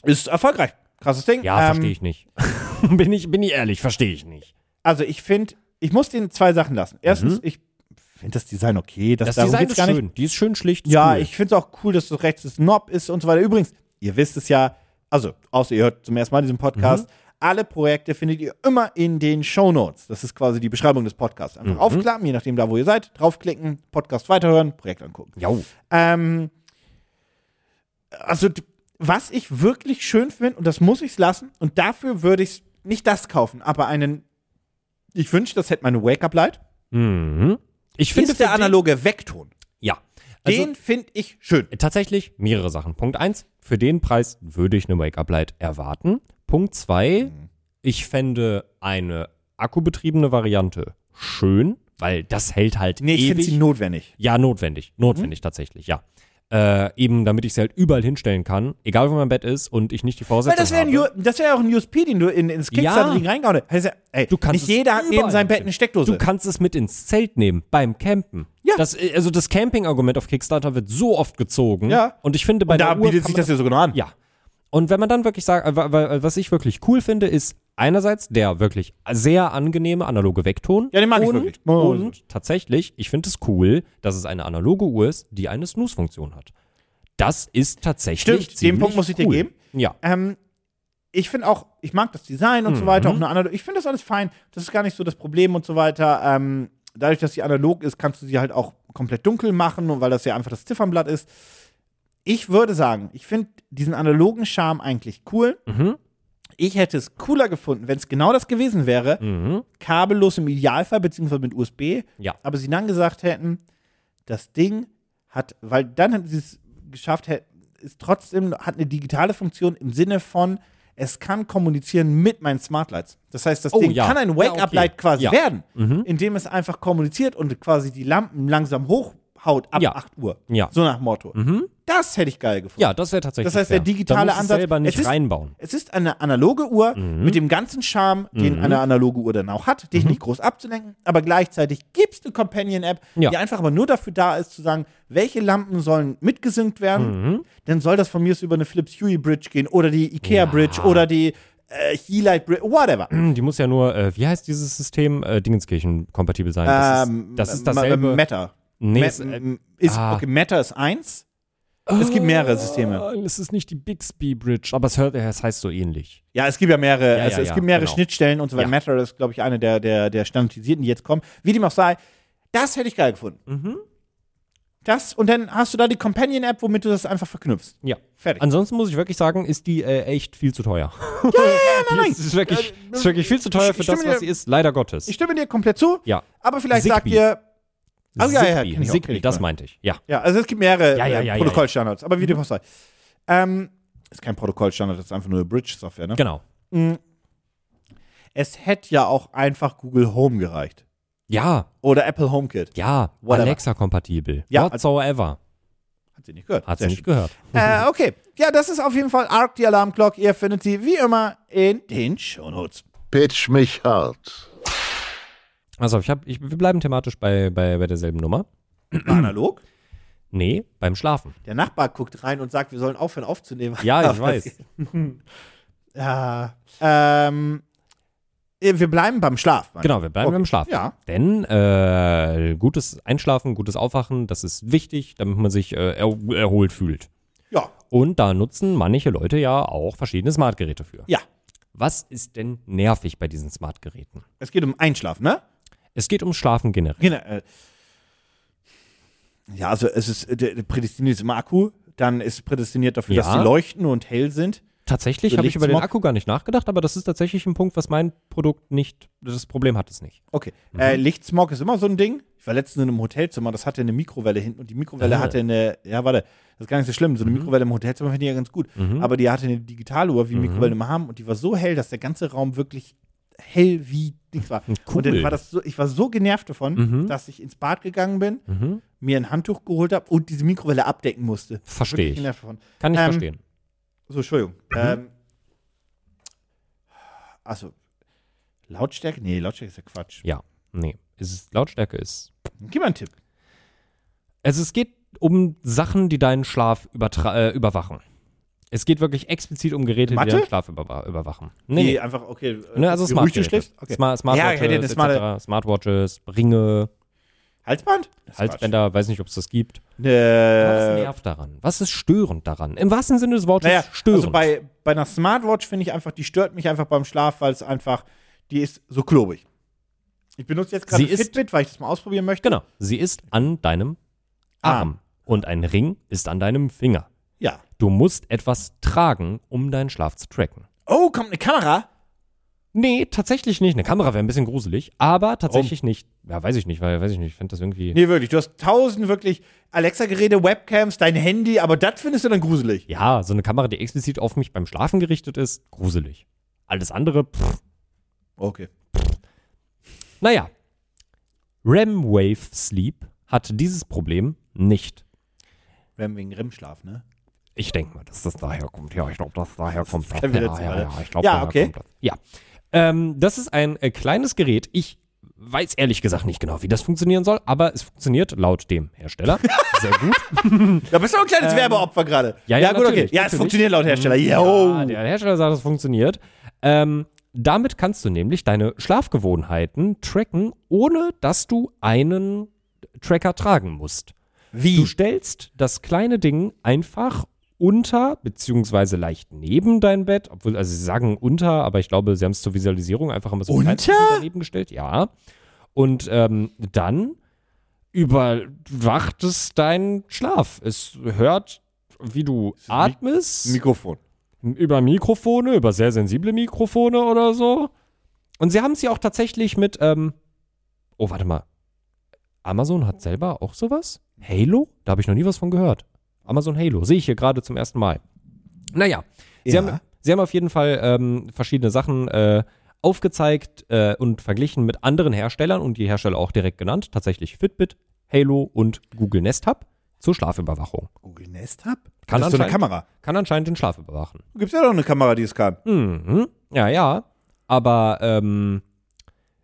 [SPEAKER 2] ist erfolgreich, krasses Ding.
[SPEAKER 3] Ja,
[SPEAKER 2] ähm,
[SPEAKER 3] verstehe ich nicht. bin, ich, bin ich ehrlich, verstehe ich nicht.
[SPEAKER 2] Also ich finde, ich muss denen zwei Sachen lassen. Erstens, ich finde das Design okay, das,
[SPEAKER 3] Mhm. Das
[SPEAKER 2] darum
[SPEAKER 3] Design
[SPEAKER 2] geht's
[SPEAKER 3] ist
[SPEAKER 2] gar nicht.
[SPEAKER 3] schön. Die ist schön schlicht. ist
[SPEAKER 2] Ja,
[SPEAKER 3] cool.
[SPEAKER 2] ich finde es auch cool, dass das rechts das Knob ist und so weiter. Übrigens, ihr wisst es ja, also außer ihr hört zum ersten Mal diesen
[SPEAKER 3] Mhm.
[SPEAKER 2] Podcast, alle Projekte findet ihr immer in den Shownotes. Das ist quasi die Beschreibung des Podcasts.
[SPEAKER 3] Mhm.
[SPEAKER 2] Einfach aufklappen, je nachdem da, wo ihr seid, draufklicken, Podcast weiterhören, Projekt angucken.
[SPEAKER 3] Jau.
[SPEAKER 2] Ähm, also, d- was ich wirklich schön finde, und das muss ich lassen, und dafür würde ich nicht das kaufen, aber einen, ich wünsche, das hätte meine Wake-Up-Light,
[SPEAKER 3] Mhm. Ich finde
[SPEAKER 2] ist der
[SPEAKER 3] für die-
[SPEAKER 2] analoge Vekton.
[SPEAKER 3] Ja. Also,
[SPEAKER 2] Den finde ich schön.
[SPEAKER 3] Tatsächlich mehrere Sachen. Punkt eins, für den Preis würde ich eine Wake-Up-Light erwarten. Punkt zwei,
[SPEAKER 2] Mhm.
[SPEAKER 3] ich fände eine akkubetriebene Variante schön, weil das hält halt
[SPEAKER 2] Nee, ich finde
[SPEAKER 3] ewig.
[SPEAKER 2] sie notwendig.
[SPEAKER 3] ja, notwendig. Notwendig
[SPEAKER 2] Mhm.
[SPEAKER 3] tatsächlich, ja. Äh, eben, damit ich sie halt überall hinstellen kann, egal wo mein Bett ist und ich nicht die
[SPEAKER 2] Weil
[SPEAKER 3] Voraussetzung
[SPEAKER 2] das wäre
[SPEAKER 3] habe.
[SPEAKER 2] wär ja auch ein USP, den du in, ins Kickstarter-Ding reingehauen hast. Heißt ja, ey,
[SPEAKER 3] Du kannst
[SPEAKER 2] nicht
[SPEAKER 3] es
[SPEAKER 2] jeder hat neben
[SPEAKER 3] überall
[SPEAKER 2] seinem Bett eine
[SPEAKER 3] finden.
[SPEAKER 2] Steckdose.
[SPEAKER 3] Du kannst es mit ins Zelt nehmen beim Campen.
[SPEAKER 2] Ja.
[SPEAKER 3] Das, also das Camping-Argument auf Kickstarter wird so oft gezogen.
[SPEAKER 2] Ja.
[SPEAKER 3] Und ich finde bei
[SPEAKER 2] da
[SPEAKER 3] der Uhr
[SPEAKER 2] bietet
[SPEAKER 3] kann
[SPEAKER 2] sich
[SPEAKER 3] man
[SPEAKER 2] das ja sogar noch an.
[SPEAKER 3] Ja. Und wenn man dann wirklich sagt, äh, wa- wa- was ich wirklich cool finde, ist einerseits der wirklich sehr angenehme analoge Weckton.
[SPEAKER 2] Ja, den mag ich
[SPEAKER 3] und,
[SPEAKER 2] wirklich. Machen wir mal so.
[SPEAKER 3] Und tatsächlich, ich finde es cool, dass es eine analoge Uhr ist, die eine Snooze-Funktion hat. Das ist tatsächlich
[SPEAKER 2] Stimmt, den
[SPEAKER 3] ziemlich
[SPEAKER 2] Punkt muss ich dir
[SPEAKER 3] cool.
[SPEAKER 2] geben.
[SPEAKER 3] Ja.
[SPEAKER 2] Ähm, ich finde auch, ich mag das Design und so weiter, auch eine analog. Ich finde das alles fein. Das ist gar nicht so das Problem und so weiter. Ähm, dadurch, dass sie analog ist, kannst du sie halt auch komplett dunkel machen, und weil das ja einfach das Ziffernblatt ist. Ich würde sagen, ich finde diesen analogen Charme eigentlich cool. Ich hätte es cooler gefunden, wenn es genau das gewesen wäre. Kabellos im Idealfall, beziehungsweise mit USB.
[SPEAKER 3] Ja.
[SPEAKER 2] Aber sie dann gesagt hätten, das Ding hat, weil dann hat sie es geschafft, hä- ist trotzdem, hat eine digitale Funktion im Sinne von, es kann kommunizieren mit meinen Smart Lights. Das heißt, das
[SPEAKER 3] Oh,
[SPEAKER 2] Ding
[SPEAKER 3] ja.
[SPEAKER 2] kann ein
[SPEAKER 3] Ja,
[SPEAKER 2] Wake-up-Light
[SPEAKER 3] okay.
[SPEAKER 2] quasi
[SPEAKER 3] Ja. Mhm.
[SPEAKER 2] werden, indem es einfach kommuniziert und quasi die Lampen langsam hochhaut ab
[SPEAKER 3] Ja.
[SPEAKER 2] 8 Uhr.
[SPEAKER 3] Ja. Mhm.
[SPEAKER 2] So nach Motto. Das hätte ich geil gefunden.
[SPEAKER 3] ja, das wäre tatsächlich
[SPEAKER 2] Das heißt, der
[SPEAKER 3] fair.
[SPEAKER 2] digitale
[SPEAKER 3] da muss
[SPEAKER 2] Ansatz-
[SPEAKER 3] Es selber nicht
[SPEAKER 2] es ist-
[SPEAKER 3] reinbauen. Mhm.
[SPEAKER 2] Es ist eine analoge Uhr mit dem ganzen Charme, den eine analoge Uhr dann auch hat, dich nicht groß abzulenken, aber gleichzeitig gibt es eine Companion-App,
[SPEAKER 3] Ja.
[SPEAKER 2] die einfach aber nur dafür da ist, zu sagen, welche Lampen sollen mitgesynkt werden,
[SPEAKER 3] Mhm.
[SPEAKER 2] dann soll das von mir aus über eine Philips Hue Bridge gehen oder die Ikea Bridge oder die äh, Heelight Bridge, whatever.
[SPEAKER 3] Die muss ja nur, äh, wie heißt dieses System? Äh, Dingenskirchen kompatibel sein. Das, ist,
[SPEAKER 2] Ähm,
[SPEAKER 3] das ist
[SPEAKER 2] Ma-
[SPEAKER 3] dasselbe.
[SPEAKER 2] Meta.
[SPEAKER 3] nee,
[SPEAKER 2] Ma-
[SPEAKER 3] es, äh,
[SPEAKER 2] ist,
[SPEAKER 3] ah.
[SPEAKER 2] Okay, Meta ist eins. Es gibt mehrere Systeme.
[SPEAKER 3] es ist nicht die Bixby Bridge, aber es, hört, es heißt so ähnlich.
[SPEAKER 2] Ja, es gibt ja mehrere,
[SPEAKER 3] Ja,
[SPEAKER 2] also
[SPEAKER 3] ja,
[SPEAKER 2] es
[SPEAKER 3] ja,
[SPEAKER 2] gibt mehrere
[SPEAKER 3] genau.
[SPEAKER 2] Schnittstellen und so weiter.
[SPEAKER 3] Ja.
[SPEAKER 2] Matter ist, glaube ich, eine der, der, der standardisierten, die jetzt kommen. Wie dem auch sei, das hätte ich geil gefunden.
[SPEAKER 3] Mhm.
[SPEAKER 2] Das, und dann hast du da die Companion-App, womit du das einfach verknüpfst.
[SPEAKER 3] Ja.
[SPEAKER 2] Fertig.
[SPEAKER 3] Ansonsten muss ich wirklich sagen, ist die äh, echt viel zu teuer. Ja, ja, nein, nein. Es ist wirklich, es ist wirklich viel zu teuer
[SPEAKER 2] ich
[SPEAKER 3] für
[SPEAKER 2] stimme
[SPEAKER 3] das, was
[SPEAKER 2] dir-
[SPEAKER 3] sie ist, leider Gottes.
[SPEAKER 2] Ich stimme dir komplett zu,
[SPEAKER 3] ja.
[SPEAKER 2] aber vielleicht
[SPEAKER 3] Zigbee.
[SPEAKER 2] sagt ihr. Oh, ja, ja, kenn ich auch, kenn
[SPEAKER 3] Zigbee,
[SPEAKER 2] ich
[SPEAKER 3] das
[SPEAKER 2] auch.
[SPEAKER 3] meinte ich. Ja.
[SPEAKER 2] Ja, also es gibt mehrere
[SPEAKER 3] Ja, Mhm. ja,
[SPEAKER 2] äh,
[SPEAKER 3] ja, ja,
[SPEAKER 2] Protokollstandards, aber wie dem auch sei. Ähm, ist kein Protokollstandard, das ist einfach nur eine Bridge-Software, ne?
[SPEAKER 3] Genau.
[SPEAKER 2] Es hätte ja auch einfach Google Home gereicht.
[SPEAKER 3] Ja,
[SPEAKER 2] Oder Apple HomeKit.
[SPEAKER 3] ja,
[SPEAKER 2] Whatever.
[SPEAKER 3] Alexa-kompatibel.
[SPEAKER 2] Ja,
[SPEAKER 3] Whatsoever.
[SPEAKER 2] Hat sie nicht gehört.
[SPEAKER 3] Hat sie
[SPEAKER 2] Sehr
[SPEAKER 3] nicht
[SPEAKER 2] schön.
[SPEAKER 3] gehört.
[SPEAKER 2] Äh, okay. Ja, das ist auf jeden Fall Arc, die Alarmglock. Ihr findet sie wie immer in den Shownotes.
[SPEAKER 1] Pitch mich hart.
[SPEAKER 3] Also ich hab, ich, wir bleiben thematisch bei, bei, bei derselben Nummer.
[SPEAKER 2] Analog.
[SPEAKER 3] Nee, beim Schlafen.
[SPEAKER 2] Der Nachbar guckt rein und sagt, wir sollen aufhören aufzunehmen.
[SPEAKER 3] Ja, ich
[SPEAKER 2] Aber
[SPEAKER 3] weiß.
[SPEAKER 2] Ja. Ähm, äh, wir bleiben beim Schlaf. Mann.
[SPEAKER 3] Genau, wir bleiben
[SPEAKER 2] Okay.
[SPEAKER 3] beim Schlafen.
[SPEAKER 2] Ja.
[SPEAKER 3] Denn äh, gutes Einschlafen, gutes Aufwachen, das ist wichtig, damit man sich äh, er erholt fühlt.
[SPEAKER 2] Ja.
[SPEAKER 3] Und da nutzen manche Leute ja auch verschiedene Smartgeräte für.
[SPEAKER 2] Ja.
[SPEAKER 3] Was ist denn nervig bei diesen Smartgeräten?
[SPEAKER 2] Es geht um Einschlafen, ne?
[SPEAKER 3] Es geht ums Schlafen generell.
[SPEAKER 2] Genau. äh. Ja, also es ist äh, der- der prädestiniert ist im Akku. Dann ist prädestiniert dafür, dass
[SPEAKER 3] Ja.
[SPEAKER 2] die leuchten und hell sind.
[SPEAKER 3] Tatsächlich
[SPEAKER 2] So
[SPEAKER 3] habe ich über den
[SPEAKER 2] Lichtsmog.
[SPEAKER 3] Akku gar nicht nachgedacht, aber das ist tatsächlich ein Punkt, was mein Produkt nicht, das Problem hat es nicht.
[SPEAKER 2] Okay.
[SPEAKER 3] Mhm.
[SPEAKER 2] Äh, Lichtsmog ist immer so ein Ding. Ich war letztens in einem Hotelzimmer, das hatte eine Mikrowelle hinten und die Mikrowelle
[SPEAKER 3] Ah. Mhm.
[SPEAKER 2] hatte eine, ja, warte, das ist gar nicht so schlimm. So eine Mikrowelle im Hotelzimmer finde ich ja ganz gut. Aber die hatte eine Digitaluhr,
[SPEAKER 3] Mhm.
[SPEAKER 2] wie Mikrowellen immer haben und die war so hell, dass der ganze Raum wirklich hell wie nichts war.
[SPEAKER 3] Cool.
[SPEAKER 2] Und dann war das so, ich war so genervt davon,
[SPEAKER 3] Mhm.
[SPEAKER 2] dass ich ins Bad gegangen bin, mir ein Handtuch geholt habe und diese Mikrowelle abdecken musste.
[SPEAKER 3] Versteh
[SPEAKER 2] Wirklich
[SPEAKER 3] ich. Mhm.
[SPEAKER 2] genervt davon.
[SPEAKER 3] Kann ich
[SPEAKER 2] Ähm,
[SPEAKER 3] verstehen.
[SPEAKER 2] So, Entschuldigung. Ähm, also, Lautstärke? Nee, Lautstärke ist ja Quatsch.
[SPEAKER 3] Ja, nee. Es ist, Lautstärke ist.
[SPEAKER 2] Gib mal einen Tipp.
[SPEAKER 3] Also es geht um Sachen, die deinen Schlaf übertra äh, überwachen. Es geht wirklich explizit um Geräte,
[SPEAKER 2] Mathe?
[SPEAKER 3] die deinen Schlaf über überwachen. Nee,
[SPEAKER 2] Nee,
[SPEAKER 3] nee.
[SPEAKER 2] einfach, okay. äh,
[SPEAKER 3] Ne, also
[SPEAKER 2] wie ruhig du
[SPEAKER 3] Smartgeräte.
[SPEAKER 2] schläfst? Okay.
[SPEAKER 3] Smart,
[SPEAKER 2] Ja,
[SPEAKER 3] Smartwatches,
[SPEAKER 2] hätte eine smarte-
[SPEAKER 3] etc., Smartwatches, Ringe,
[SPEAKER 2] Halsband? Das ist
[SPEAKER 3] Halsbänder, weiß nicht, ob es das gibt.
[SPEAKER 2] Quatsch. Äh,
[SPEAKER 3] Was nervt daran? Was ist störend daran? Im wahrsten Sinne des Wortes
[SPEAKER 2] naja,
[SPEAKER 3] störend.
[SPEAKER 2] also bei, bei einer Smartwatch finde ich einfach, die stört mich einfach beim Schlaf, weil es einfach, die ist so klobig. Ich benutze jetzt gerade
[SPEAKER 3] Sie ist-
[SPEAKER 2] Fitbit, weil ich das mal ausprobieren möchte.
[SPEAKER 3] genau, sie ist an deinem Arm und ein Ring ist an deinem Finger.
[SPEAKER 2] Ja.
[SPEAKER 3] Du musst etwas tragen, um deinen Schlaf zu tracken.
[SPEAKER 2] Oh, kommt eine Kamera?
[SPEAKER 3] Nee, tatsächlich nicht. Eine Kamera wäre ein bisschen gruselig, aber tatsächlich nicht. Ja, weiß ich nicht, weil weiß ich nicht, ich finde das irgendwie.
[SPEAKER 2] Nee, wirklich. Du hast tausend wirklich Alexa-Geräte, Webcams, dein Handy, aber das findest du dann gruselig.
[SPEAKER 3] Ja, so eine Kamera, die explizit auf mich beim Schlafen gerichtet ist, gruselig. Alles andere, pff.
[SPEAKER 2] Okay.
[SPEAKER 3] Naja. REM Wave Sleep hat dieses Problem nicht.
[SPEAKER 2] Wenn wegen REM-Schlaf, ne?
[SPEAKER 3] Ich denke mal, dass das daher kommt. Ja, ich glaube, dass daher kommt. Das
[SPEAKER 2] kennen wir
[SPEAKER 3] ja,
[SPEAKER 2] letzte
[SPEAKER 3] ja,
[SPEAKER 2] Mal.
[SPEAKER 3] ja, ich glaube,
[SPEAKER 2] ne? Ja,
[SPEAKER 3] daher
[SPEAKER 2] okay.
[SPEAKER 3] kommt das. Ja. Ähm, das ist ein äh, kleines Gerät. Ich weiß ehrlich gesagt nicht genau, wie das funktionieren soll, aber es funktioniert laut dem Hersteller sehr gut.
[SPEAKER 2] Da bist du auch ein kleines Werbeopfer gerade.
[SPEAKER 3] Ähm, ja, ja,
[SPEAKER 2] gut, okay.
[SPEAKER 3] natürlich,
[SPEAKER 2] Ja, es
[SPEAKER 3] natürlich. Mhm.
[SPEAKER 2] funktioniert laut Hersteller.
[SPEAKER 3] Ja,
[SPEAKER 2] Yo.
[SPEAKER 3] der Hersteller sagt, das funktioniert. Ähm, damit kannst du nämlich deine Schlafgewohnheiten tracken, ohne dass du einen Tracker tragen musst. Du
[SPEAKER 2] Wie?
[SPEAKER 3] stellst das kleine Ding einfach unter, beziehungsweise leicht neben dein Bett, obwohl, also sie sagen unter, aber ich glaube, sie haben es zur Visualisierung einfach immer so ein kleines bisschen
[SPEAKER 2] Unter?
[SPEAKER 3] daneben gestellt, ja. Und ähm, dann überwacht es deinen Schlaf. Es hört, wie du atmest
[SPEAKER 2] Mikrofon.
[SPEAKER 3] über Mikrofone, über sehr sensible Mikrofone oder so. Und sie haben sie auch tatsächlich mit, ähm, oh, warte mal. Amazon hat selber auch sowas? Halo? Da habe ich noch nie was von gehört. Amazon Halo, sehe ich hier gerade zum ersten Mal. Naja, sie,
[SPEAKER 2] Ja.
[SPEAKER 3] haben, sie haben auf jeden Fall ähm, verschiedene Sachen äh, aufgezeigt äh, und verglichen mit anderen Herstellern und die Hersteller auch direkt genannt. Tatsächlich Fitbit, Halo und Google Nest Hub zur Schlafüberwachung.
[SPEAKER 2] Google Nest Hub?
[SPEAKER 3] Kann
[SPEAKER 2] das ist so eine
[SPEAKER 3] anscheinend-
[SPEAKER 2] Kamera.
[SPEAKER 3] Kann anscheinend den Schlaf überwachen.
[SPEAKER 2] Gibt es ja doch eine Kamera, die es kann.
[SPEAKER 3] Mhm. Ja, ja. Aber ähm,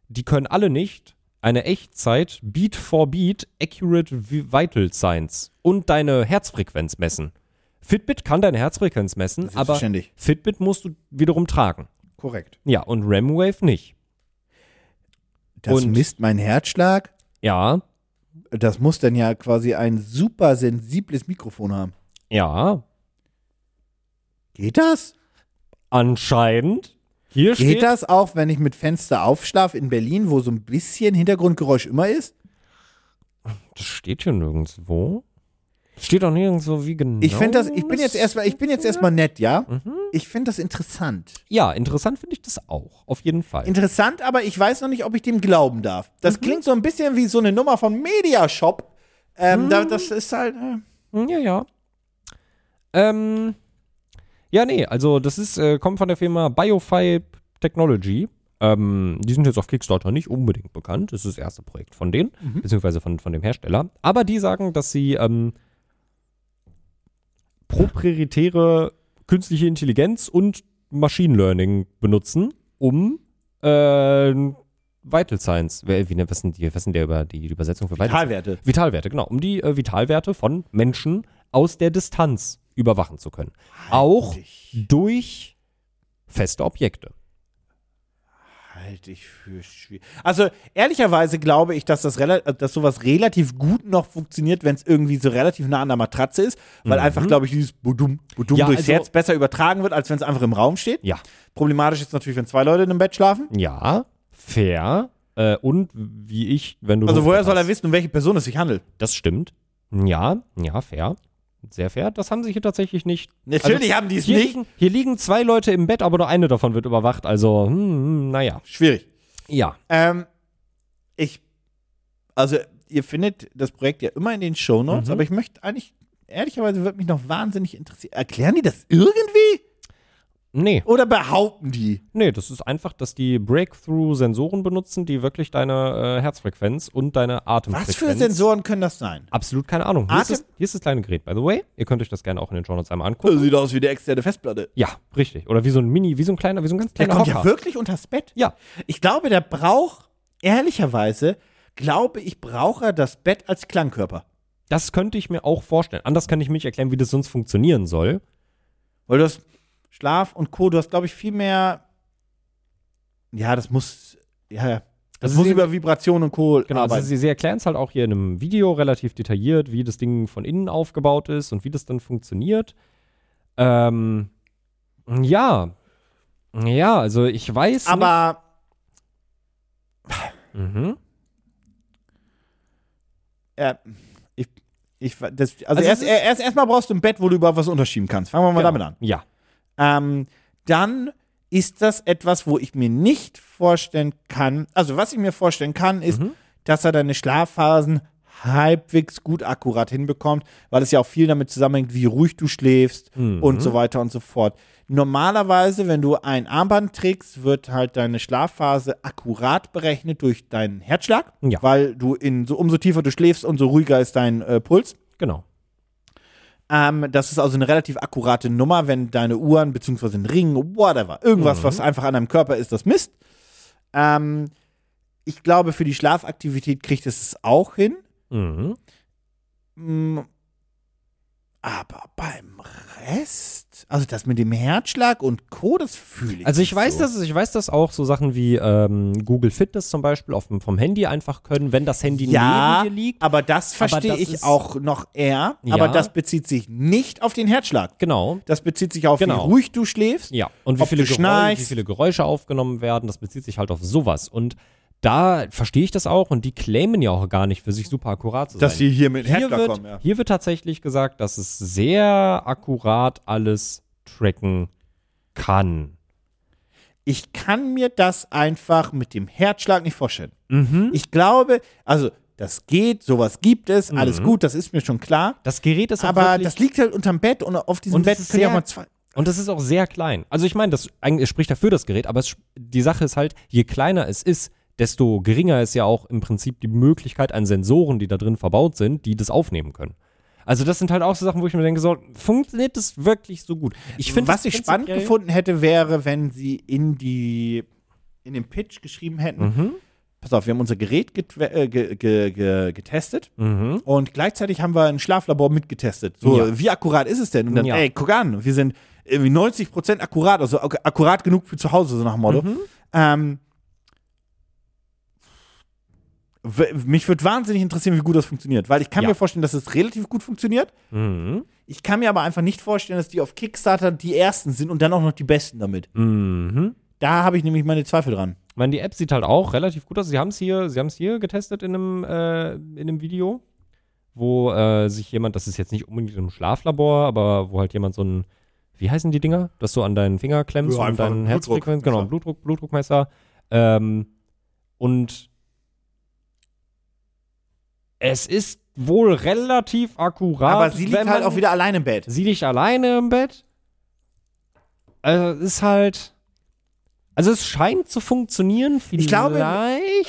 [SPEAKER 3] die können alle nicht eine Echtzeit Beat for Beat Accurate Vi- Vital Signs und deine Herzfrequenz messen. Fitbit kann deine Herzfrequenz messen, aber
[SPEAKER 2] Selbstverständlich.
[SPEAKER 3] Fitbit musst du wiederum tragen.
[SPEAKER 2] Korrekt.
[SPEAKER 3] Ja, und REMWave nicht.
[SPEAKER 2] Das
[SPEAKER 3] Und-
[SPEAKER 2] misst meinen Herzschlag.
[SPEAKER 3] Ja,
[SPEAKER 2] Das muss dann ja quasi ein super sensibles Mikrofon haben.
[SPEAKER 3] ja,
[SPEAKER 2] Geht das?
[SPEAKER 3] anscheinend. Hier
[SPEAKER 2] Geht
[SPEAKER 3] steht,
[SPEAKER 2] das auch, wenn ich mit Fenster aufschlafe in Berlin, wo so ein bisschen Hintergrundgeräusch immer ist?
[SPEAKER 3] das steht hier nirgendwo. Steht auch nirgendwo, wie genau.
[SPEAKER 2] Ich finde das, ich bin jetzt erstmal, ich bin jetzt erstmal nett, ja? Ich finde das interessant.
[SPEAKER 3] Ja, interessant finde ich das auch. Auf jeden Fall.
[SPEAKER 2] Interessant, aber ich weiß noch nicht, ob ich dem glauben darf. Das klingt so ein bisschen wie so eine Nummer von Mediashop. Ähm, da, das ist halt. Äh,
[SPEAKER 3] Ja, ja. Hm, Ähm, Ja, nee, also das ist, äh, kommt von der Firma Biofibe Technology. Ähm, die sind jetzt auf Kickstarter nicht unbedingt bekannt. Das ist das erste Projekt von denen, beziehungsweise von, von dem Hersteller. Aber die sagen, dass sie ähm, proprietäre künstliche Intelligenz und Machine Learning benutzen, um äh, Vital Signs, wer- wie nennt was sind die, was sind der über die Übersetzung für Vital
[SPEAKER 2] Vitalwerte.
[SPEAKER 3] Vitalwerte, genau, um die äh, Vitalwerte von Menschen aus der Distanz überwachen zu können. Auch durch feste Objekte.
[SPEAKER 2] Halte ich Halt für schwierig. Also ehrlicherweise glaube ich, dass das rela- äh, dass sowas relativ gut noch funktioniert, wenn es irgendwie so relativ nah an der Matratze ist, weil einfach, glaube ich, dieses Budum, Budum
[SPEAKER 3] Mhm. Ja,
[SPEAKER 2] durchs
[SPEAKER 3] also-
[SPEAKER 2] Herz besser übertragen wird, als wenn es einfach im Raum steht.
[SPEAKER 3] Ja.
[SPEAKER 2] Problematisch ist natürlich, wenn zwei Leute in einem Bett schlafen.
[SPEAKER 3] Ja, fair. Äh, und wie ich, wenn du.
[SPEAKER 2] Also woher soll er
[SPEAKER 3] wissen?
[SPEAKER 2] wissen, um welche Person es sich handelt?
[SPEAKER 3] Das stimmt. Ja, ja, fair. Sehr fair. Das haben sie hier tatsächlich nicht. Also
[SPEAKER 2] Natürlich haben die es
[SPEAKER 3] hier
[SPEAKER 2] nicht.
[SPEAKER 3] Liegen, hier liegen zwei Leute im Bett, aber nur eine davon wird überwacht. Also, hm, hm, naja.
[SPEAKER 2] Schwierig.
[SPEAKER 3] Ja.
[SPEAKER 2] Ähm, ich, also ihr findet das Projekt ja immer in den Shownotes,
[SPEAKER 3] Mhm.
[SPEAKER 2] aber ich möchte eigentlich, ehrlicherweise würde mich noch wahnsinnig interessieren. Erklären die das irgendwie?
[SPEAKER 3] Nee.
[SPEAKER 2] Oder behaupten die?
[SPEAKER 3] Nee, das ist einfach, dass die Breakthrough-Sensoren benutzen, die wirklich deine äh, Herzfrequenz und deine Atemfrequenz.
[SPEAKER 2] Was für Sensoren können das sein?
[SPEAKER 3] Absolut keine Ahnung. Hier ist,
[SPEAKER 2] Atem- Also
[SPEAKER 3] das, hier ist das kleine Gerät, by the way. Ihr könnt euch das gerne auch in den Journals einmal angucken.
[SPEAKER 2] sieht aus wie der externe Festplatte.
[SPEAKER 3] Ja, richtig. Oder wie so ein Mini, wie so ein kleiner, wie so ein ganz
[SPEAKER 2] Der
[SPEAKER 3] kleiner
[SPEAKER 2] kommt ja
[SPEAKER 3] Hocker.
[SPEAKER 2] wirklich unters Bett.
[SPEAKER 3] Ja.
[SPEAKER 2] Ich glaube, der braucht, ehrlicherweise, glaube ich, braucht er das Bett als Klangkörper.
[SPEAKER 3] Das könnte ich mir auch vorstellen. Anders kann ich mir nicht erklären, wie das sonst funktionieren soll.
[SPEAKER 2] Weil du hast Schlaf und Co., du hast, glaube ich, viel mehr. Ja, das muss. Ja, ja. Das,
[SPEAKER 3] Also
[SPEAKER 2] muss
[SPEAKER 3] sie-
[SPEAKER 2] über Vibration und Co.
[SPEAKER 3] Genau, also
[SPEAKER 2] arbeiten.
[SPEAKER 3] sie, sie erklären es halt auch hier in einem Video relativ detailliert, wie das Ding von innen aufgebaut ist und wie das dann funktioniert. Ähm, ja. Ja, also ich weiß
[SPEAKER 2] Aber
[SPEAKER 3] nicht. Mhm.
[SPEAKER 2] äh, ich, ich, das, also
[SPEAKER 3] es
[SPEAKER 2] erst,
[SPEAKER 3] ist- Genau.
[SPEAKER 2] erst, erstmal brauchst du ein Bett, wo du überhaupt was unterschieben kannst. Fangen wir mal damit an.
[SPEAKER 3] Ja.
[SPEAKER 2] ähm, dann ist das etwas, wo ich mir nicht vorstellen kann. Also, was ich mir vorstellen kann, ist, dass er deine Schlafphasen halbwegs gut akkurat hinbekommt, weil es ja auch viel damit zusammenhängt, wie ruhig du schläfst und so weiter und so fort. Normalerweise, wenn du ein Armband trägst, wird halt deine Schlafphase akkurat berechnet durch deinen Herzschlag,
[SPEAKER 3] Ja.
[SPEAKER 2] weil du in so umso tiefer du schläfst, umso ruhiger ist dein äh, Puls.
[SPEAKER 3] Genau.
[SPEAKER 2] Ähm, das ist also eine relativ akkurate Nummer, wenn deine Uhren beziehungsweise ein Ring, whatever, irgendwas, was
[SPEAKER 3] Mhm.
[SPEAKER 2] einfach an deinem Körper ist, das misst. Ähm, ich glaube, für die Schlafaktivität kriegt es es auch hin.
[SPEAKER 3] Mhm.
[SPEAKER 2] Mm. Aber beim Rest, also das mit dem Herzschlag und Co., das fühle ich.
[SPEAKER 3] Also ich
[SPEAKER 2] nicht
[SPEAKER 3] weiß,
[SPEAKER 2] so.
[SPEAKER 3] dass ich weiß, dass auch so Sachen wie ähm, Google Fitness zum Beispiel auf dem, vom Handy einfach können, wenn das Handy
[SPEAKER 2] ja,
[SPEAKER 3] neben dir liegt.
[SPEAKER 2] aber das
[SPEAKER 3] Aber
[SPEAKER 2] verstehe
[SPEAKER 3] das
[SPEAKER 2] ich
[SPEAKER 3] ist-
[SPEAKER 2] auch noch eher.
[SPEAKER 3] Ja.
[SPEAKER 2] Aber das bezieht sich nicht auf den Herzschlag.
[SPEAKER 3] Genau.
[SPEAKER 2] Das bezieht sich auf,
[SPEAKER 3] Genau.
[SPEAKER 2] wie ruhig du schläfst.
[SPEAKER 3] Ja, und wie
[SPEAKER 2] Ob
[SPEAKER 3] viele,
[SPEAKER 2] du
[SPEAKER 3] Geräusche, wie
[SPEAKER 2] schnarchst.
[SPEAKER 3] viele Geräusche aufgenommen werden, das bezieht sich halt auf sowas. Und da verstehe ich das auch und die claimen ja auch gar nicht für sich super akkurat zu sein.
[SPEAKER 2] Dass sie hier mit
[SPEAKER 3] hier
[SPEAKER 2] Herzschlag
[SPEAKER 3] wird,
[SPEAKER 2] kommen, ja.
[SPEAKER 3] Hier wird tatsächlich gesagt, dass es sehr akkurat alles tracken kann.
[SPEAKER 2] ich kann mir das einfach mit dem Herzschlag nicht vorstellen.
[SPEAKER 3] Mhm.
[SPEAKER 2] Ich glaube, also das geht, sowas gibt es, alles gut, das ist mir schon klar.
[SPEAKER 3] Mhm. Das Gerät ist auch
[SPEAKER 2] Aber
[SPEAKER 3] wirklich,
[SPEAKER 2] das liegt halt unterm Bett und auf diesem
[SPEAKER 3] Und es
[SPEAKER 2] Bett
[SPEAKER 3] ist
[SPEAKER 2] können ja auch
[SPEAKER 3] sehr-
[SPEAKER 2] mal zwei.
[SPEAKER 3] und das ist auch sehr klein. Also ich meine, das eigentlich spricht dafür das Gerät, aber es, sp- die Sache ist halt, je kleiner es ist, desto geringer ist ja auch im Prinzip die Möglichkeit an Sensoren, die da drin verbaut sind, die das aufnehmen können. Also das sind halt auch so Sachen, wo ich mir denke, so funktioniert das wirklich so gut? Ich finde,
[SPEAKER 2] Was ich spannend gefunden hätte, wäre, wenn sie in die in den Pitch geschrieben hätten.
[SPEAKER 3] Mhm.
[SPEAKER 2] Pass auf, wir haben unser Gerät get äh, ge ge ge getestet und gleichzeitig haben wir ein Schlaflabor mitgetestet. So,
[SPEAKER 3] Mhm. Ja.
[SPEAKER 2] wie akkurat ist es denn? Und dann,
[SPEAKER 3] Ja.
[SPEAKER 2] ey, guck an, wir sind irgendwie 90 Prozent akkurat, also ak akkurat genug für zu Hause, so nach dem Motto.
[SPEAKER 3] Mhm.
[SPEAKER 2] Ähm, w- mich würde wahnsinnig interessieren, wie gut das funktioniert, weil ich kann
[SPEAKER 3] Ja.
[SPEAKER 2] mir vorstellen, dass es relativ gut funktioniert.
[SPEAKER 3] Mhm.
[SPEAKER 2] Ich kann mir aber einfach nicht vorstellen, dass die auf Kickstarter die ersten sind und dann auch noch die besten damit.
[SPEAKER 3] Mhm.
[SPEAKER 2] Da habe ich nämlich meine Zweifel dran.
[SPEAKER 3] Ich meine, die App sieht halt auch relativ gut aus. Sie haben es hier, sie haben es hier getestet in einem, äh, in einem Video, wo äh, sich jemand, das ist jetzt nicht unbedingt im Schlaflabor, aber wo halt jemand so ein, wie heißen die Dinger, dass du an deinen Finger klemmst
[SPEAKER 2] Ja,
[SPEAKER 3] und
[SPEAKER 2] einfach
[SPEAKER 3] deinen
[SPEAKER 2] ein
[SPEAKER 3] Herzfrequenz, genau, ein Blutdruck, Blutdruckmesser ähm, und es ist wohl relativ akkurat.
[SPEAKER 2] aber sie liegt
[SPEAKER 3] wenn
[SPEAKER 2] halt
[SPEAKER 3] man-
[SPEAKER 2] auch wieder allein im Bett.
[SPEAKER 3] Sie liegt alleine im Bett. Also es ist halt. Also es scheint zu funktionieren. Vielleicht.
[SPEAKER 2] Ich glaube-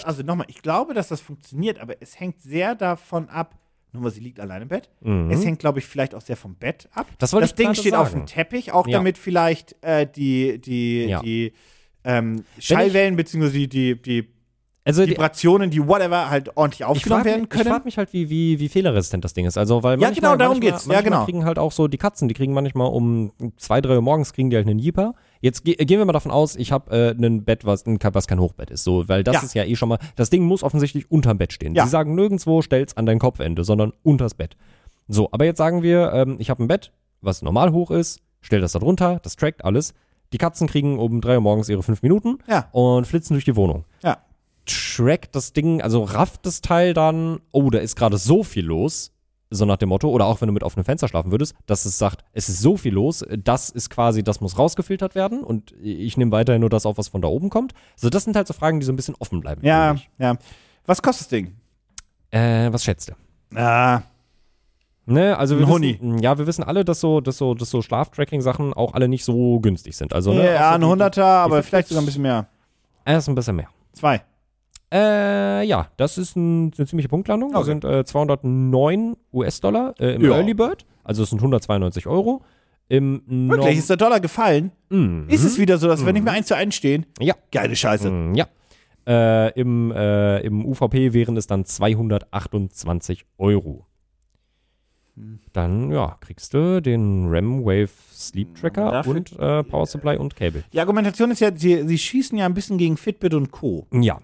[SPEAKER 2] Also nochmal, ich glaube, dass das funktioniert, aber es hängt sehr davon ab. Nochmal, sie liegt allein im Bett. Es hängt, glaube ich, vielleicht auch sehr vom Bett ab.
[SPEAKER 3] Mhm. Das wollte ich
[SPEAKER 2] Ding
[SPEAKER 3] gerade
[SPEAKER 2] steht auf
[SPEAKER 3] sagen.
[SPEAKER 2] dem Teppich, auch
[SPEAKER 3] Ja.
[SPEAKER 2] damit vielleicht äh, die, die,
[SPEAKER 3] Ja.
[SPEAKER 2] die ähm, Schallwellen beziehungsweise die, die, die
[SPEAKER 3] also die,
[SPEAKER 2] Vibrationen, die whatever, halt ordentlich
[SPEAKER 3] ich
[SPEAKER 2] aufgenommen
[SPEAKER 3] frage
[SPEAKER 2] werden
[SPEAKER 3] mich, ich
[SPEAKER 2] können.
[SPEAKER 3] frag mich halt, wie, wie, wie fehlerresistent das Ding ist. Also, weil
[SPEAKER 2] Ja,
[SPEAKER 3] manchmal,
[SPEAKER 2] genau, darum
[SPEAKER 3] manchmal,
[SPEAKER 2] geht's. Ja,
[SPEAKER 3] Manchmal
[SPEAKER 2] genau.
[SPEAKER 3] kriegen halt auch so die Katzen, die kriegen manchmal um zwei, drei Uhr morgens kriegen die halt einen Jeeper. Jetzt ge gehen wir mal davon aus, ich habe äh, ein Bett, was, ein, was kein Hochbett ist. So, weil das
[SPEAKER 2] Ja.
[SPEAKER 3] ist ja eh schon mal, das Ding muss offensichtlich unterm Bett stehen.
[SPEAKER 2] Ja.
[SPEAKER 3] Sie sagen nirgendwo, stell's an dein Kopfende, sondern unters Bett. So, aber jetzt sagen wir, ähm, ich habe ein Bett, was normal hoch ist, stell das da drunter, das trackt alles. Die Katzen kriegen um drei Uhr morgens ihre fünf Minuten
[SPEAKER 2] Ja.
[SPEAKER 3] und flitzen durch die Wohnung
[SPEAKER 2] ja.
[SPEAKER 3] trackt das Ding, also rafft das Teil dann, oh, da ist gerade so viel los, so nach dem Motto, oder auch wenn du mit offenem Fenster schlafen würdest, dass es sagt, es ist so viel los, das ist quasi, das muss rausgefiltert werden und ich nehme weiterhin nur das auf, was von da oben kommt. Also das sind halt so Fragen, die so ein bisschen offen bleiben.
[SPEAKER 2] Ja,
[SPEAKER 3] finde
[SPEAKER 2] ja. Was kostet das Ding?
[SPEAKER 3] ich. Äh, was schätzt du?
[SPEAKER 2] Ah,
[SPEAKER 3] Ne, also wir
[SPEAKER 2] Ein
[SPEAKER 3] wissen, ja, wir wissen alle, dass so, dass so, dass so Schlaftracking-Sachen auch alle nicht so günstig sind. Also ne,
[SPEAKER 2] ja,
[SPEAKER 3] außer
[SPEAKER 2] ein
[SPEAKER 3] die-
[SPEAKER 2] Hunderter, aber
[SPEAKER 3] Fitbits-
[SPEAKER 2] vielleicht sogar ein bisschen mehr.
[SPEAKER 3] Äh, ist ein bisschen mehr.
[SPEAKER 2] Zwei.
[SPEAKER 3] Äh, ja, das ist ein, eine ziemliche Punktlandung. Das
[SPEAKER 2] Okay.
[SPEAKER 3] sind äh, 209 US-Dollar äh, im
[SPEAKER 2] Ja.
[SPEAKER 3] Early Bird. Also es sind 192 Euro. Im Nor-
[SPEAKER 2] Wirklich, ist der Dollar gefallen? Ist es wieder so, dass wir nicht mehr eins zu eins stehen?
[SPEAKER 3] Ja.
[SPEAKER 2] Geile Scheiße.
[SPEAKER 3] Mm, Ja. Äh, im, äh, Im UVP wären es dann 228 Euro.
[SPEAKER 2] Hm.
[SPEAKER 3] Dann, ja, kriegst du den RAM Wave Sleep Tracker
[SPEAKER 2] Hm, Dafür-
[SPEAKER 3] und äh, Power Supply und Cable.
[SPEAKER 2] Die Argumentation ist ja, sie, sie schießen ja ein bisschen gegen Fitbit und Co.
[SPEAKER 3] Ja.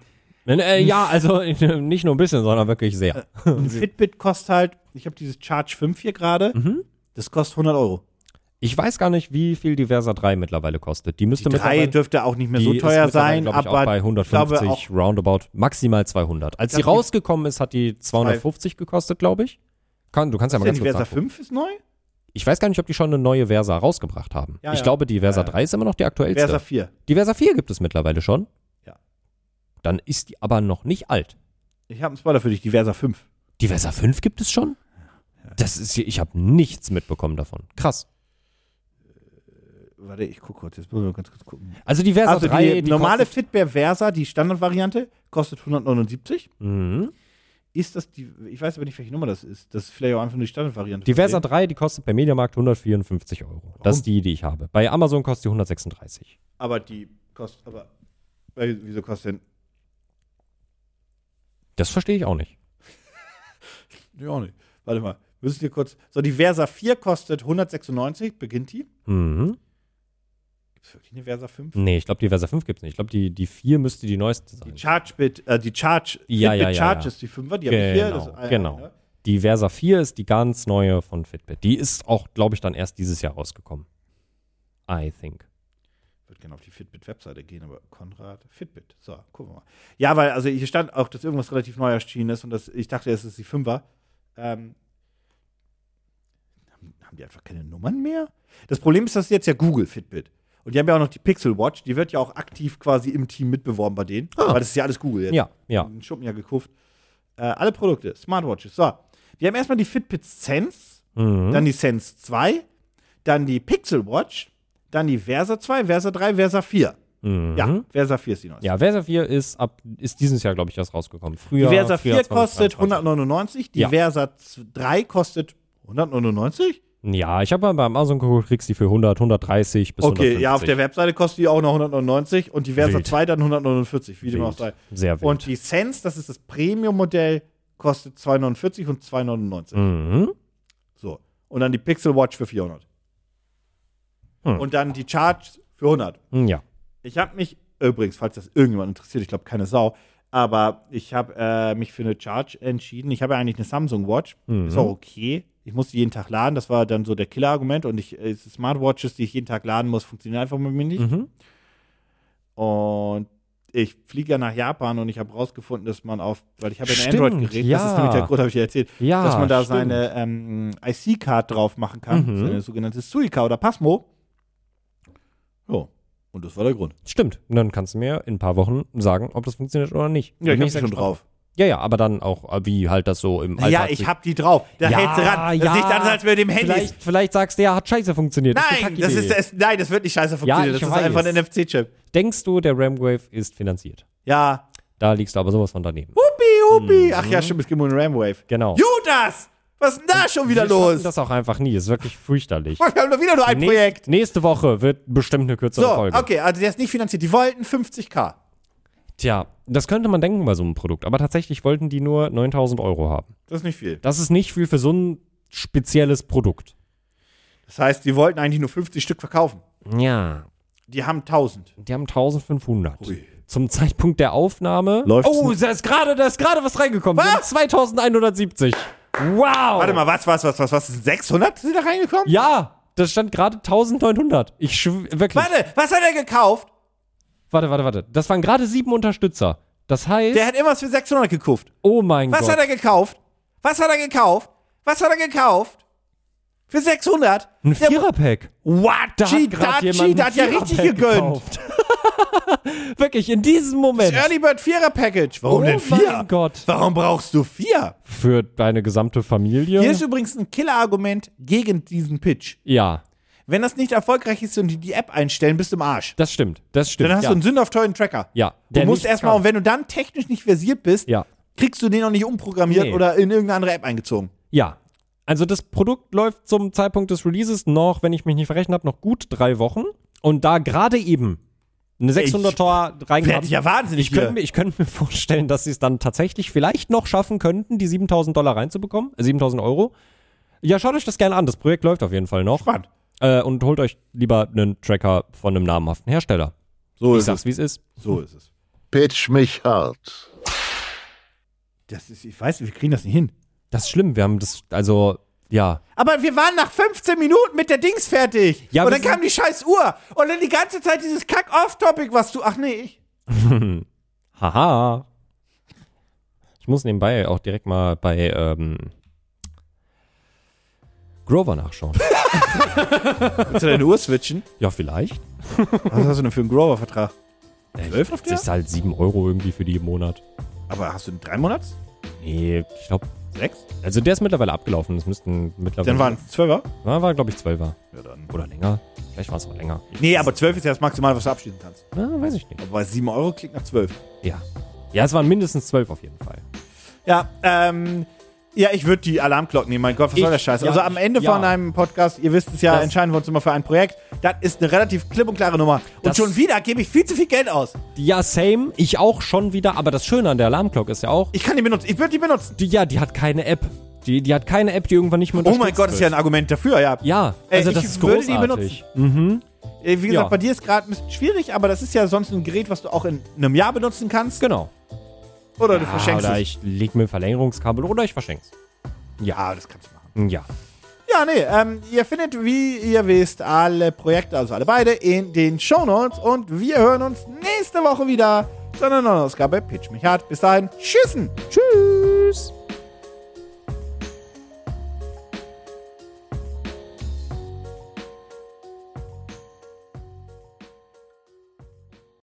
[SPEAKER 3] Äh, ja,
[SPEAKER 2] Hm.
[SPEAKER 3] also nicht nur ein bisschen, sondern wirklich sehr.
[SPEAKER 2] Und Fitbit kostet halt, ich habe dieses Charge 5 hier gerade, das kostet 100 Euro.
[SPEAKER 3] Ich weiß gar nicht, wie viel Diversa 3 mittlerweile kostet. Die müsste
[SPEAKER 2] Die 3
[SPEAKER 3] mittlerweile-
[SPEAKER 2] dürfte auch nicht mehr
[SPEAKER 3] Die
[SPEAKER 2] so
[SPEAKER 3] ist
[SPEAKER 2] teuer
[SPEAKER 3] mittlerweile,
[SPEAKER 2] sein,
[SPEAKER 3] glaub ich,
[SPEAKER 2] aber
[SPEAKER 3] auch bei 150
[SPEAKER 2] ich glaube auch,
[SPEAKER 3] roundabout, maximal 200. Als sie
[SPEAKER 2] Ich glaub, die-
[SPEAKER 3] rausgekommen ist, hat die 250 gekostet, glaube ich. Kann, du kannst ja mal
[SPEAKER 2] ist denn die
[SPEAKER 3] ganz kurz
[SPEAKER 2] Versa
[SPEAKER 3] nachgucken.
[SPEAKER 2] 5 ist neu?
[SPEAKER 3] Ich weiß gar nicht, ob die schon eine neue Versa rausgebracht haben.
[SPEAKER 2] Ja,
[SPEAKER 3] ich
[SPEAKER 2] ja.
[SPEAKER 3] glaube, die Versa
[SPEAKER 2] Ja, ja.
[SPEAKER 3] 3 ist immer noch die aktuellste.
[SPEAKER 2] Versa 4.
[SPEAKER 3] die Versa 4 gibt es mittlerweile schon.
[SPEAKER 2] Ja.
[SPEAKER 3] Dann ist die aber noch nicht alt.
[SPEAKER 2] Ich habe einen Spoiler für dich, die Versa 5.
[SPEAKER 3] Die Versa 5 gibt es schon? Das ist hier, ich habe nichts mitbekommen davon. Krass.
[SPEAKER 2] Warte, ich gucke kurz, jetzt müssen wir ganz kurz gucken.
[SPEAKER 3] Also die Versa
[SPEAKER 2] Also
[SPEAKER 3] 3,
[SPEAKER 2] die, normale
[SPEAKER 3] kostet-
[SPEAKER 2] Fitbit Versa, die Standardvariante, kostet 179.
[SPEAKER 3] Mhm.
[SPEAKER 2] Ist das die, ich weiß aber nicht, welche Nummer das ist. Das ist vielleicht auch einfach nur die Standardvariante.
[SPEAKER 3] Die
[SPEAKER 2] von
[SPEAKER 3] Versa
[SPEAKER 2] denen.
[SPEAKER 3] 3, die kostet bei Mediamarkt 154 Euro. Das ist die, die ich habe. Bei Amazon kostet die 136.
[SPEAKER 2] Aber die kostet, aber, weil- wieso kostet denn?
[SPEAKER 3] Das verstehe ich auch nicht.
[SPEAKER 2] Nee, auch nicht. Warte mal, müssen wir kurz. So, die Versa 4 kostet 196, beginnt die.
[SPEAKER 3] Mhm.
[SPEAKER 2] Gibt es wirklich eine Versa 5?
[SPEAKER 3] Nee, ich glaube, die Versa 5 gibt es nicht. Ich glaube, die, die 4 müsste die neueste sein.
[SPEAKER 2] Die Chargebit, äh, die Charge,
[SPEAKER 3] Ja, ja,
[SPEAKER 2] Fitbit
[SPEAKER 3] ja,
[SPEAKER 2] Charge
[SPEAKER 3] ja.
[SPEAKER 2] ist die 5er, die habe ich hier.
[SPEAKER 3] genau.
[SPEAKER 2] Das ist eine,
[SPEAKER 3] genau.
[SPEAKER 2] ne?
[SPEAKER 3] Die Versa 4 ist die ganz neue von Fitbit. Die ist auch, glaube ich, dann erst dieses Jahr rausgekommen. I think.
[SPEAKER 2] Ich würde gerne auf die Fitbit-Webseite gehen, aber Konrad, Fitbit. So, gucken wir mal. Ja, weil, also hier stand auch, dass irgendwas relativ neu erschienen ist und das, ich dachte, es ist die 5er. Ähm, haben- haben die einfach keine Nummern mehr? Das Problem ist, das ist jetzt ja Google Fitbit. Und die haben ja auch noch die Pixel Watch, die wird ja auch aktiv quasi im Team mitbeworben bei denen. Aber das ist ja alles Google jetzt.
[SPEAKER 3] Ja, ja.
[SPEAKER 2] einen Schuppen ja gekauft. Äh, alle Produkte, Smartwatches. So, wir haben erstmal die Fitbit Sense,
[SPEAKER 3] Mhm.
[SPEAKER 2] dann die Sense 2, dann die Pixel Watch, dann die Versa 2, Versa 3, Versa 4. Ja, Versa 4 ist die neueste.
[SPEAKER 3] Mhm. Ja, Versa 4 ist ab ist dieses Jahr, glaube ich, erst rausgekommen.
[SPEAKER 2] die
[SPEAKER 3] Früher,
[SPEAKER 2] Versa 4
[SPEAKER 3] Frühjahr
[SPEAKER 2] kostet
[SPEAKER 3] 2023.
[SPEAKER 2] 199, die
[SPEAKER 3] Ja.
[SPEAKER 2] Versa 3 kostet 199?
[SPEAKER 3] Ja, ich habe mal bei Amazon geguckt, kriegst die für 100, 130 bis
[SPEAKER 2] Okay,
[SPEAKER 3] 150.
[SPEAKER 2] ja, auf der Webseite kostet die auch noch 199 und die Versa
[SPEAKER 3] Wild.
[SPEAKER 2] 2 dann 149, wie dem auch
[SPEAKER 3] Wild.
[SPEAKER 2] sei.
[SPEAKER 3] Sehr wild.
[SPEAKER 2] Und die Sense, das ist das Premium-Modell, kostet 249 und 299.
[SPEAKER 3] Mhm.
[SPEAKER 2] So. Und dann die Pixel Watch für 400.
[SPEAKER 3] Hm.
[SPEAKER 2] Und dann die Charge für 100.
[SPEAKER 3] Mhm. Ja.
[SPEAKER 2] Ich habe mich, übrigens, falls das irgendjemand interessiert, ich glaube keine Sau, aber ich habe äh, mich für eine Charge entschieden. Ich habe ja eigentlich eine Samsung Watch. Ist auch okay. Ich musste jeden Tag laden. Das war dann so der Killer-Argument. Und ich, äh, Smartwatches, die ich jeden Tag laden muss, funktionieren einfach mit mir nicht.
[SPEAKER 3] Mhm.
[SPEAKER 2] Und ich fliege ja nach Japan und ich habe rausgefunden, dass man auf, weil ich habe ja ein
[SPEAKER 3] Stimmt,
[SPEAKER 2] Android-Gerät, das
[SPEAKER 3] ja.
[SPEAKER 2] ist nämlich der Grund, habe ich ja erzählt,
[SPEAKER 3] Ja,
[SPEAKER 2] dass man da
[SPEAKER 3] stimmt.
[SPEAKER 2] seine ähm, IC-Card drauf machen kann,
[SPEAKER 3] Mhm.
[SPEAKER 2] seine sogenannte Suica oder Pasmo. Ja, und das war der Grund.
[SPEAKER 3] Stimmt. Und dann kannst du mir in ein paar Wochen sagen, ob das funktioniert oder nicht.
[SPEAKER 2] Ja, ich
[SPEAKER 3] Bin
[SPEAKER 2] bin
[SPEAKER 3] sehr
[SPEAKER 2] schon
[SPEAKER 3] gespannt.
[SPEAKER 2] drauf.
[SPEAKER 3] Ja, ja, aber dann auch, äh, wie halt das so im Alltag.
[SPEAKER 2] ja, ich hab die drauf. Da
[SPEAKER 3] ja,
[SPEAKER 2] hältst du ran. Das
[SPEAKER 3] ja,
[SPEAKER 2] ist nichts anderes als mit dem Handy.
[SPEAKER 3] Vielleicht, vielleicht sagst du, ja, hat scheiße funktioniert. ist eine
[SPEAKER 2] nein, das
[SPEAKER 3] Kackidee.
[SPEAKER 2] ist, das, nein, das wird nicht scheiße funktionieren.
[SPEAKER 3] ich
[SPEAKER 2] das
[SPEAKER 3] weiß.
[SPEAKER 2] ist einfach ein NFC-Chip.
[SPEAKER 3] Denkst du, der Ramwave ist finanziert?
[SPEAKER 2] Ja.
[SPEAKER 3] Da liegst du aber sowas von daneben.
[SPEAKER 2] Hupi, hupi. Ach ja, stimmt, es gibt nur einen Ramwave.
[SPEAKER 3] Genau.
[SPEAKER 2] Judas! Was ist denn da schon wieder
[SPEAKER 3] Wir schaffen
[SPEAKER 2] los?
[SPEAKER 3] Das auch einfach nie. Ist wirklich fürchterlich.
[SPEAKER 2] Wir haben doch wieder nur ein
[SPEAKER 3] Nächst-
[SPEAKER 2] Projekt.
[SPEAKER 3] Nächste Woche wird bestimmt eine kürzere
[SPEAKER 2] So,
[SPEAKER 3] Folge.
[SPEAKER 2] okay, also der ist nicht finanziert. Die wollten 50k.
[SPEAKER 3] Tja, das könnte man denken bei so einem Produkt. Aber tatsächlich wollten die nur 9000 Euro haben.
[SPEAKER 2] Das ist nicht viel.
[SPEAKER 3] Das ist nicht viel für so ein spezielles Produkt.
[SPEAKER 2] Das heißt, die wollten eigentlich nur 50 Stück verkaufen.
[SPEAKER 3] Ja.
[SPEAKER 2] Die haben 1000.
[SPEAKER 3] Die haben 1500. Zum Zeitpunkt der Aufnahme.
[SPEAKER 2] Läuft's
[SPEAKER 3] oh, da ist gerade, da ist gerade was reingekommen. Wir haben 2170. Wow.
[SPEAKER 2] Warte mal, was, was, was, was, was? Sind 600 sind da reingekommen?
[SPEAKER 3] Ja, das stand gerade 1900. Ich schw- wirklich.
[SPEAKER 2] Warte, was hat er gekauft?
[SPEAKER 3] warte, warte, warte. Das waren gerade sieben Unterstützer. Das heißt,
[SPEAKER 2] Der hat immer was für 600 gekauft.
[SPEAKER 3] oh mein
[SPEAKER 2] Was
[SPEAKER 3] Gott.
[SPEAKER 2] hat er gekauft? Was hat er gekauft? Was hat er gekauft? Für 600?
[SPEAKER 3] ein Viererpack.
[SPEAKER 2] What? Da
[SPEAKER 3] hat
[SPEAKER 2] G,
[SPEAKER 3] grad
[SPEAKER 2] da,
[SPEAKER 3] jemand
[SPEAKER 2] G, da
[SPEAKER 3] ein
[SPEAKER 2] hat ja richtig
[SPEAKER 3] Viererpack
[SPEAKER 2] gegönnt.
[SPEAKER 3] gekauft. Wirklich, in diesem Moment.
[SPEAKER 2] Early Bird Vierer Package. Warum
[SPEAKER 3] Oh
[SPEAKER 2] denn vier?
[SPEAKER 3] mein Gott.
[SPEAKER 2] Warum brauchst du vier?
[SPEAKER 3] Für deine gesamte Familie.
[SPEAKER 2] Hier ist übrigens ein Killer-Argument gegen diesen Pitch.
[SPEAKER 3] ja,
[SPEAKER 2] Wenn das nicht erfolgreich ist und die die App einstellen, bist du im Arsch.
[SPEAKER 3] das stimmt. Das stimmt.
[SPEAKER 2] Dann hast
[SPEAKER 3] ja.
[SPEAKER 2] du einen sündhaft teuren Tracker.
[SPEAKER 3] Ja,
[SPEAKER 2] Du
[SPEAKER 3] der
[SPEAKER 2] musst
[SPEAKER 3] nichts
[SPEAKER 2] erstmal,
[SPEAKER 3] kann.
[SPEAKER 2] und wenn du dann technisch nicht versiert bist,
[SPEAKER 3] Ja.
[SPEAKER 2] kriegst du den auch nicht umprogrammiert
[SPEAKER 3] Nee.
[SPEAKER 2] oder in irgendeine andere App eingezogen.
[SPEAKER 3] Ja. Also das Produkt läuft zum Zeitpunkt des Releases noch, wenn ich mich nicht verrechnet habe, noch gut drei Wochen. Und da gerade eben eine 600er
[SPEAKER 2] Werd
[SPEAKER 3] reingehabt.
[SPEAKER 2] ich ja wahnsinnig
[SPEAKER 3] Ich könnte
[SPEAKER 2] hier.
[SPEAKER 3] mir, ich könnte mir vorstellen, dass sie es dann tatsächlich vielleicht noch schaffen könnten, die 7000 Dollar reinzubekommen, äh, 7000 Euro. Ja, schaut euch das gerne an. Das Projekt läuft auf jeden Fall noch.
[SPEAKER 2] Spannend.
[SPEAKER 3] Äh, und holt euch lieber einen Tracker von einem namhaften Hersteller.
[SPEAKER 2] So
[SPEAKER 3] Ich
[SPEAKER 2] ist
[SPEAKER 3] sag's, wie es ist.
[SPEAKER 2] es. So ist es.
[SPEAKER 1] Pitch mich hart.
[SPEAKER 2] Das ist, ich weiß, wir kriegen das nicht hin.
[SPEAKER 3] Das ist schlimm. Wir haben das, also, ja.
[SPEAKER 2] Aber wir waren nach 15 Minuten mit der Dings fertig.
[SPEAKER 3] Ja,
[SPEAKER 2] und
[SPEAKER 3] wir
[SPEAKER 2] dann
[SPEAKER 3] sind-
[SPEAKER 2] kam die scheiß Uhr. Und dann die ganze Zeit dieses Kack-Off-Topic, was du. Ach nee, ich.
[SPEAKER 3] Haha. Ich muss nebenbei auch direkt mal bei ähm, Grover nachschauen.
[SPEAKER 2] Willst du deine Uhr switchen?
[SPEAKER 3] ja, vielleicht.
[SPEAKER 2] Was hast du denn für einen Grover-Vertrag? Zwölf auf
[SPEAKER 3] Das ist halt 7 Euro irgendwie für die im Monat.
[SPEAKER 2] Aber hast du einen drei Monats?
[SPEAKER 3] Nee, ich glaube.
[SPEAKER 2] Sechs?
[SPEAKER 3] Also der ist mittlerweile abgelaufen. Das müssten mittlerweile.
[SPEAKER 2] Dann waren es Zwölfer?
[SPEAKER 3] War, war glaube ich, 12er.
[SPEAKER 2] Ja, dann.
[SPEAKER 3] Oder länger. Vielleicht war es auch länger. Ich-
[SPEAKER 2] Nee, aber zwölf ist ja das Maximale, was du abschließen kannst.
[SPEAKER 3] Na, weiß ich nicht.
[SPEAKER 2] Aber sieben Euro klingt nach zwölf.
[SPEAKER 3] Ja. Ja, es waren mindestens 12 auf jeden Fall.
[SPEAKER 2] Ja, ähm. Ja, ich würde die Alarmglocken nehmen. Mein Gott, was
[SPEAKER 3] Ich-
[SPEAKER 2] soll der Scheiß?
[SPEAKER 3] ja,
[SPEAKER 2] also am
[SPEAKER 3] ich-
[SPEAKER 2] Ende
[SPEAKER 3] ja.
[SPEAKER 2] von einem Podcast, ihr wisst es ja,
[SPEAKER 3] Das-
[SPEAKER 2] entscheiden wir uns immer für ein Projekt. Das ist eine relativ klipp und klare Nummer. Und
[SPEAKER 3] Das-
[SPEAKER 2] schon wieder gebe ich viel zu viel Geld aus.
[SPEAKER 3] Ja, same. Ich auch schon wieder. Aber das Schöne an der Alarmglock ist ja auch,
[SPEAKER 2] Ich kann die benutzen. Ich würde die benutzen.
[SPEAKER 3] die, ja, die hat keine App. Die, die hat keine App, die irgendwann nicht mehr
[SPEAKER 2] Oh mein
[SPEAKER 3] unterstützt
[SPEAKER 2] Gott, das ist ja
[SPEAKER 3] wird.
[SPEAKER 2] ein Argument dafür, ja.
[SPEAKER 3] Ja,
[SPEAKER 2] Äh,
[SPEAKER 3] also
[SPEAKER 2] ich
[SPEAKER 3] das ist
[SPEAKER 2] würde
[SPEAKER 3] großartig.
[SPEAKER 2] die Äh, Wie gesagt,
[SPEAKER 3] Ja.
[SPEAKER 2] bei dir ist gerade ein bisschen schwierig, aber das ist ja sonst ein Gerät, was du auch in einem Jahr benutzen kannst.
[SPEAKER 3] Genau.
[SPEAKER 2] Oder du
[SPEAKER 3] Ah,
[SPEAKER 2] verschenkst
[SPEAKER 3] oder
[SPEAKER 2] es.
[SPEAKER 3] ich leg mir ein Verlängerungskabel oder ich verschenk's. Hm,
[SPEAKER 2] Ja, Ah, das kannst du machen.
[SPEAKER 3] Ja.
[SPEAKER 2] Ja, nee, ähm, ihr findet, wie ihr wisst, alle Projekte, also alle beide, in den Shownotes und wir hören uns nächste Woche wieder zu einer neuen Ausgabe Pitch mich hart. Bis dahin, tschüssen. Tschüss.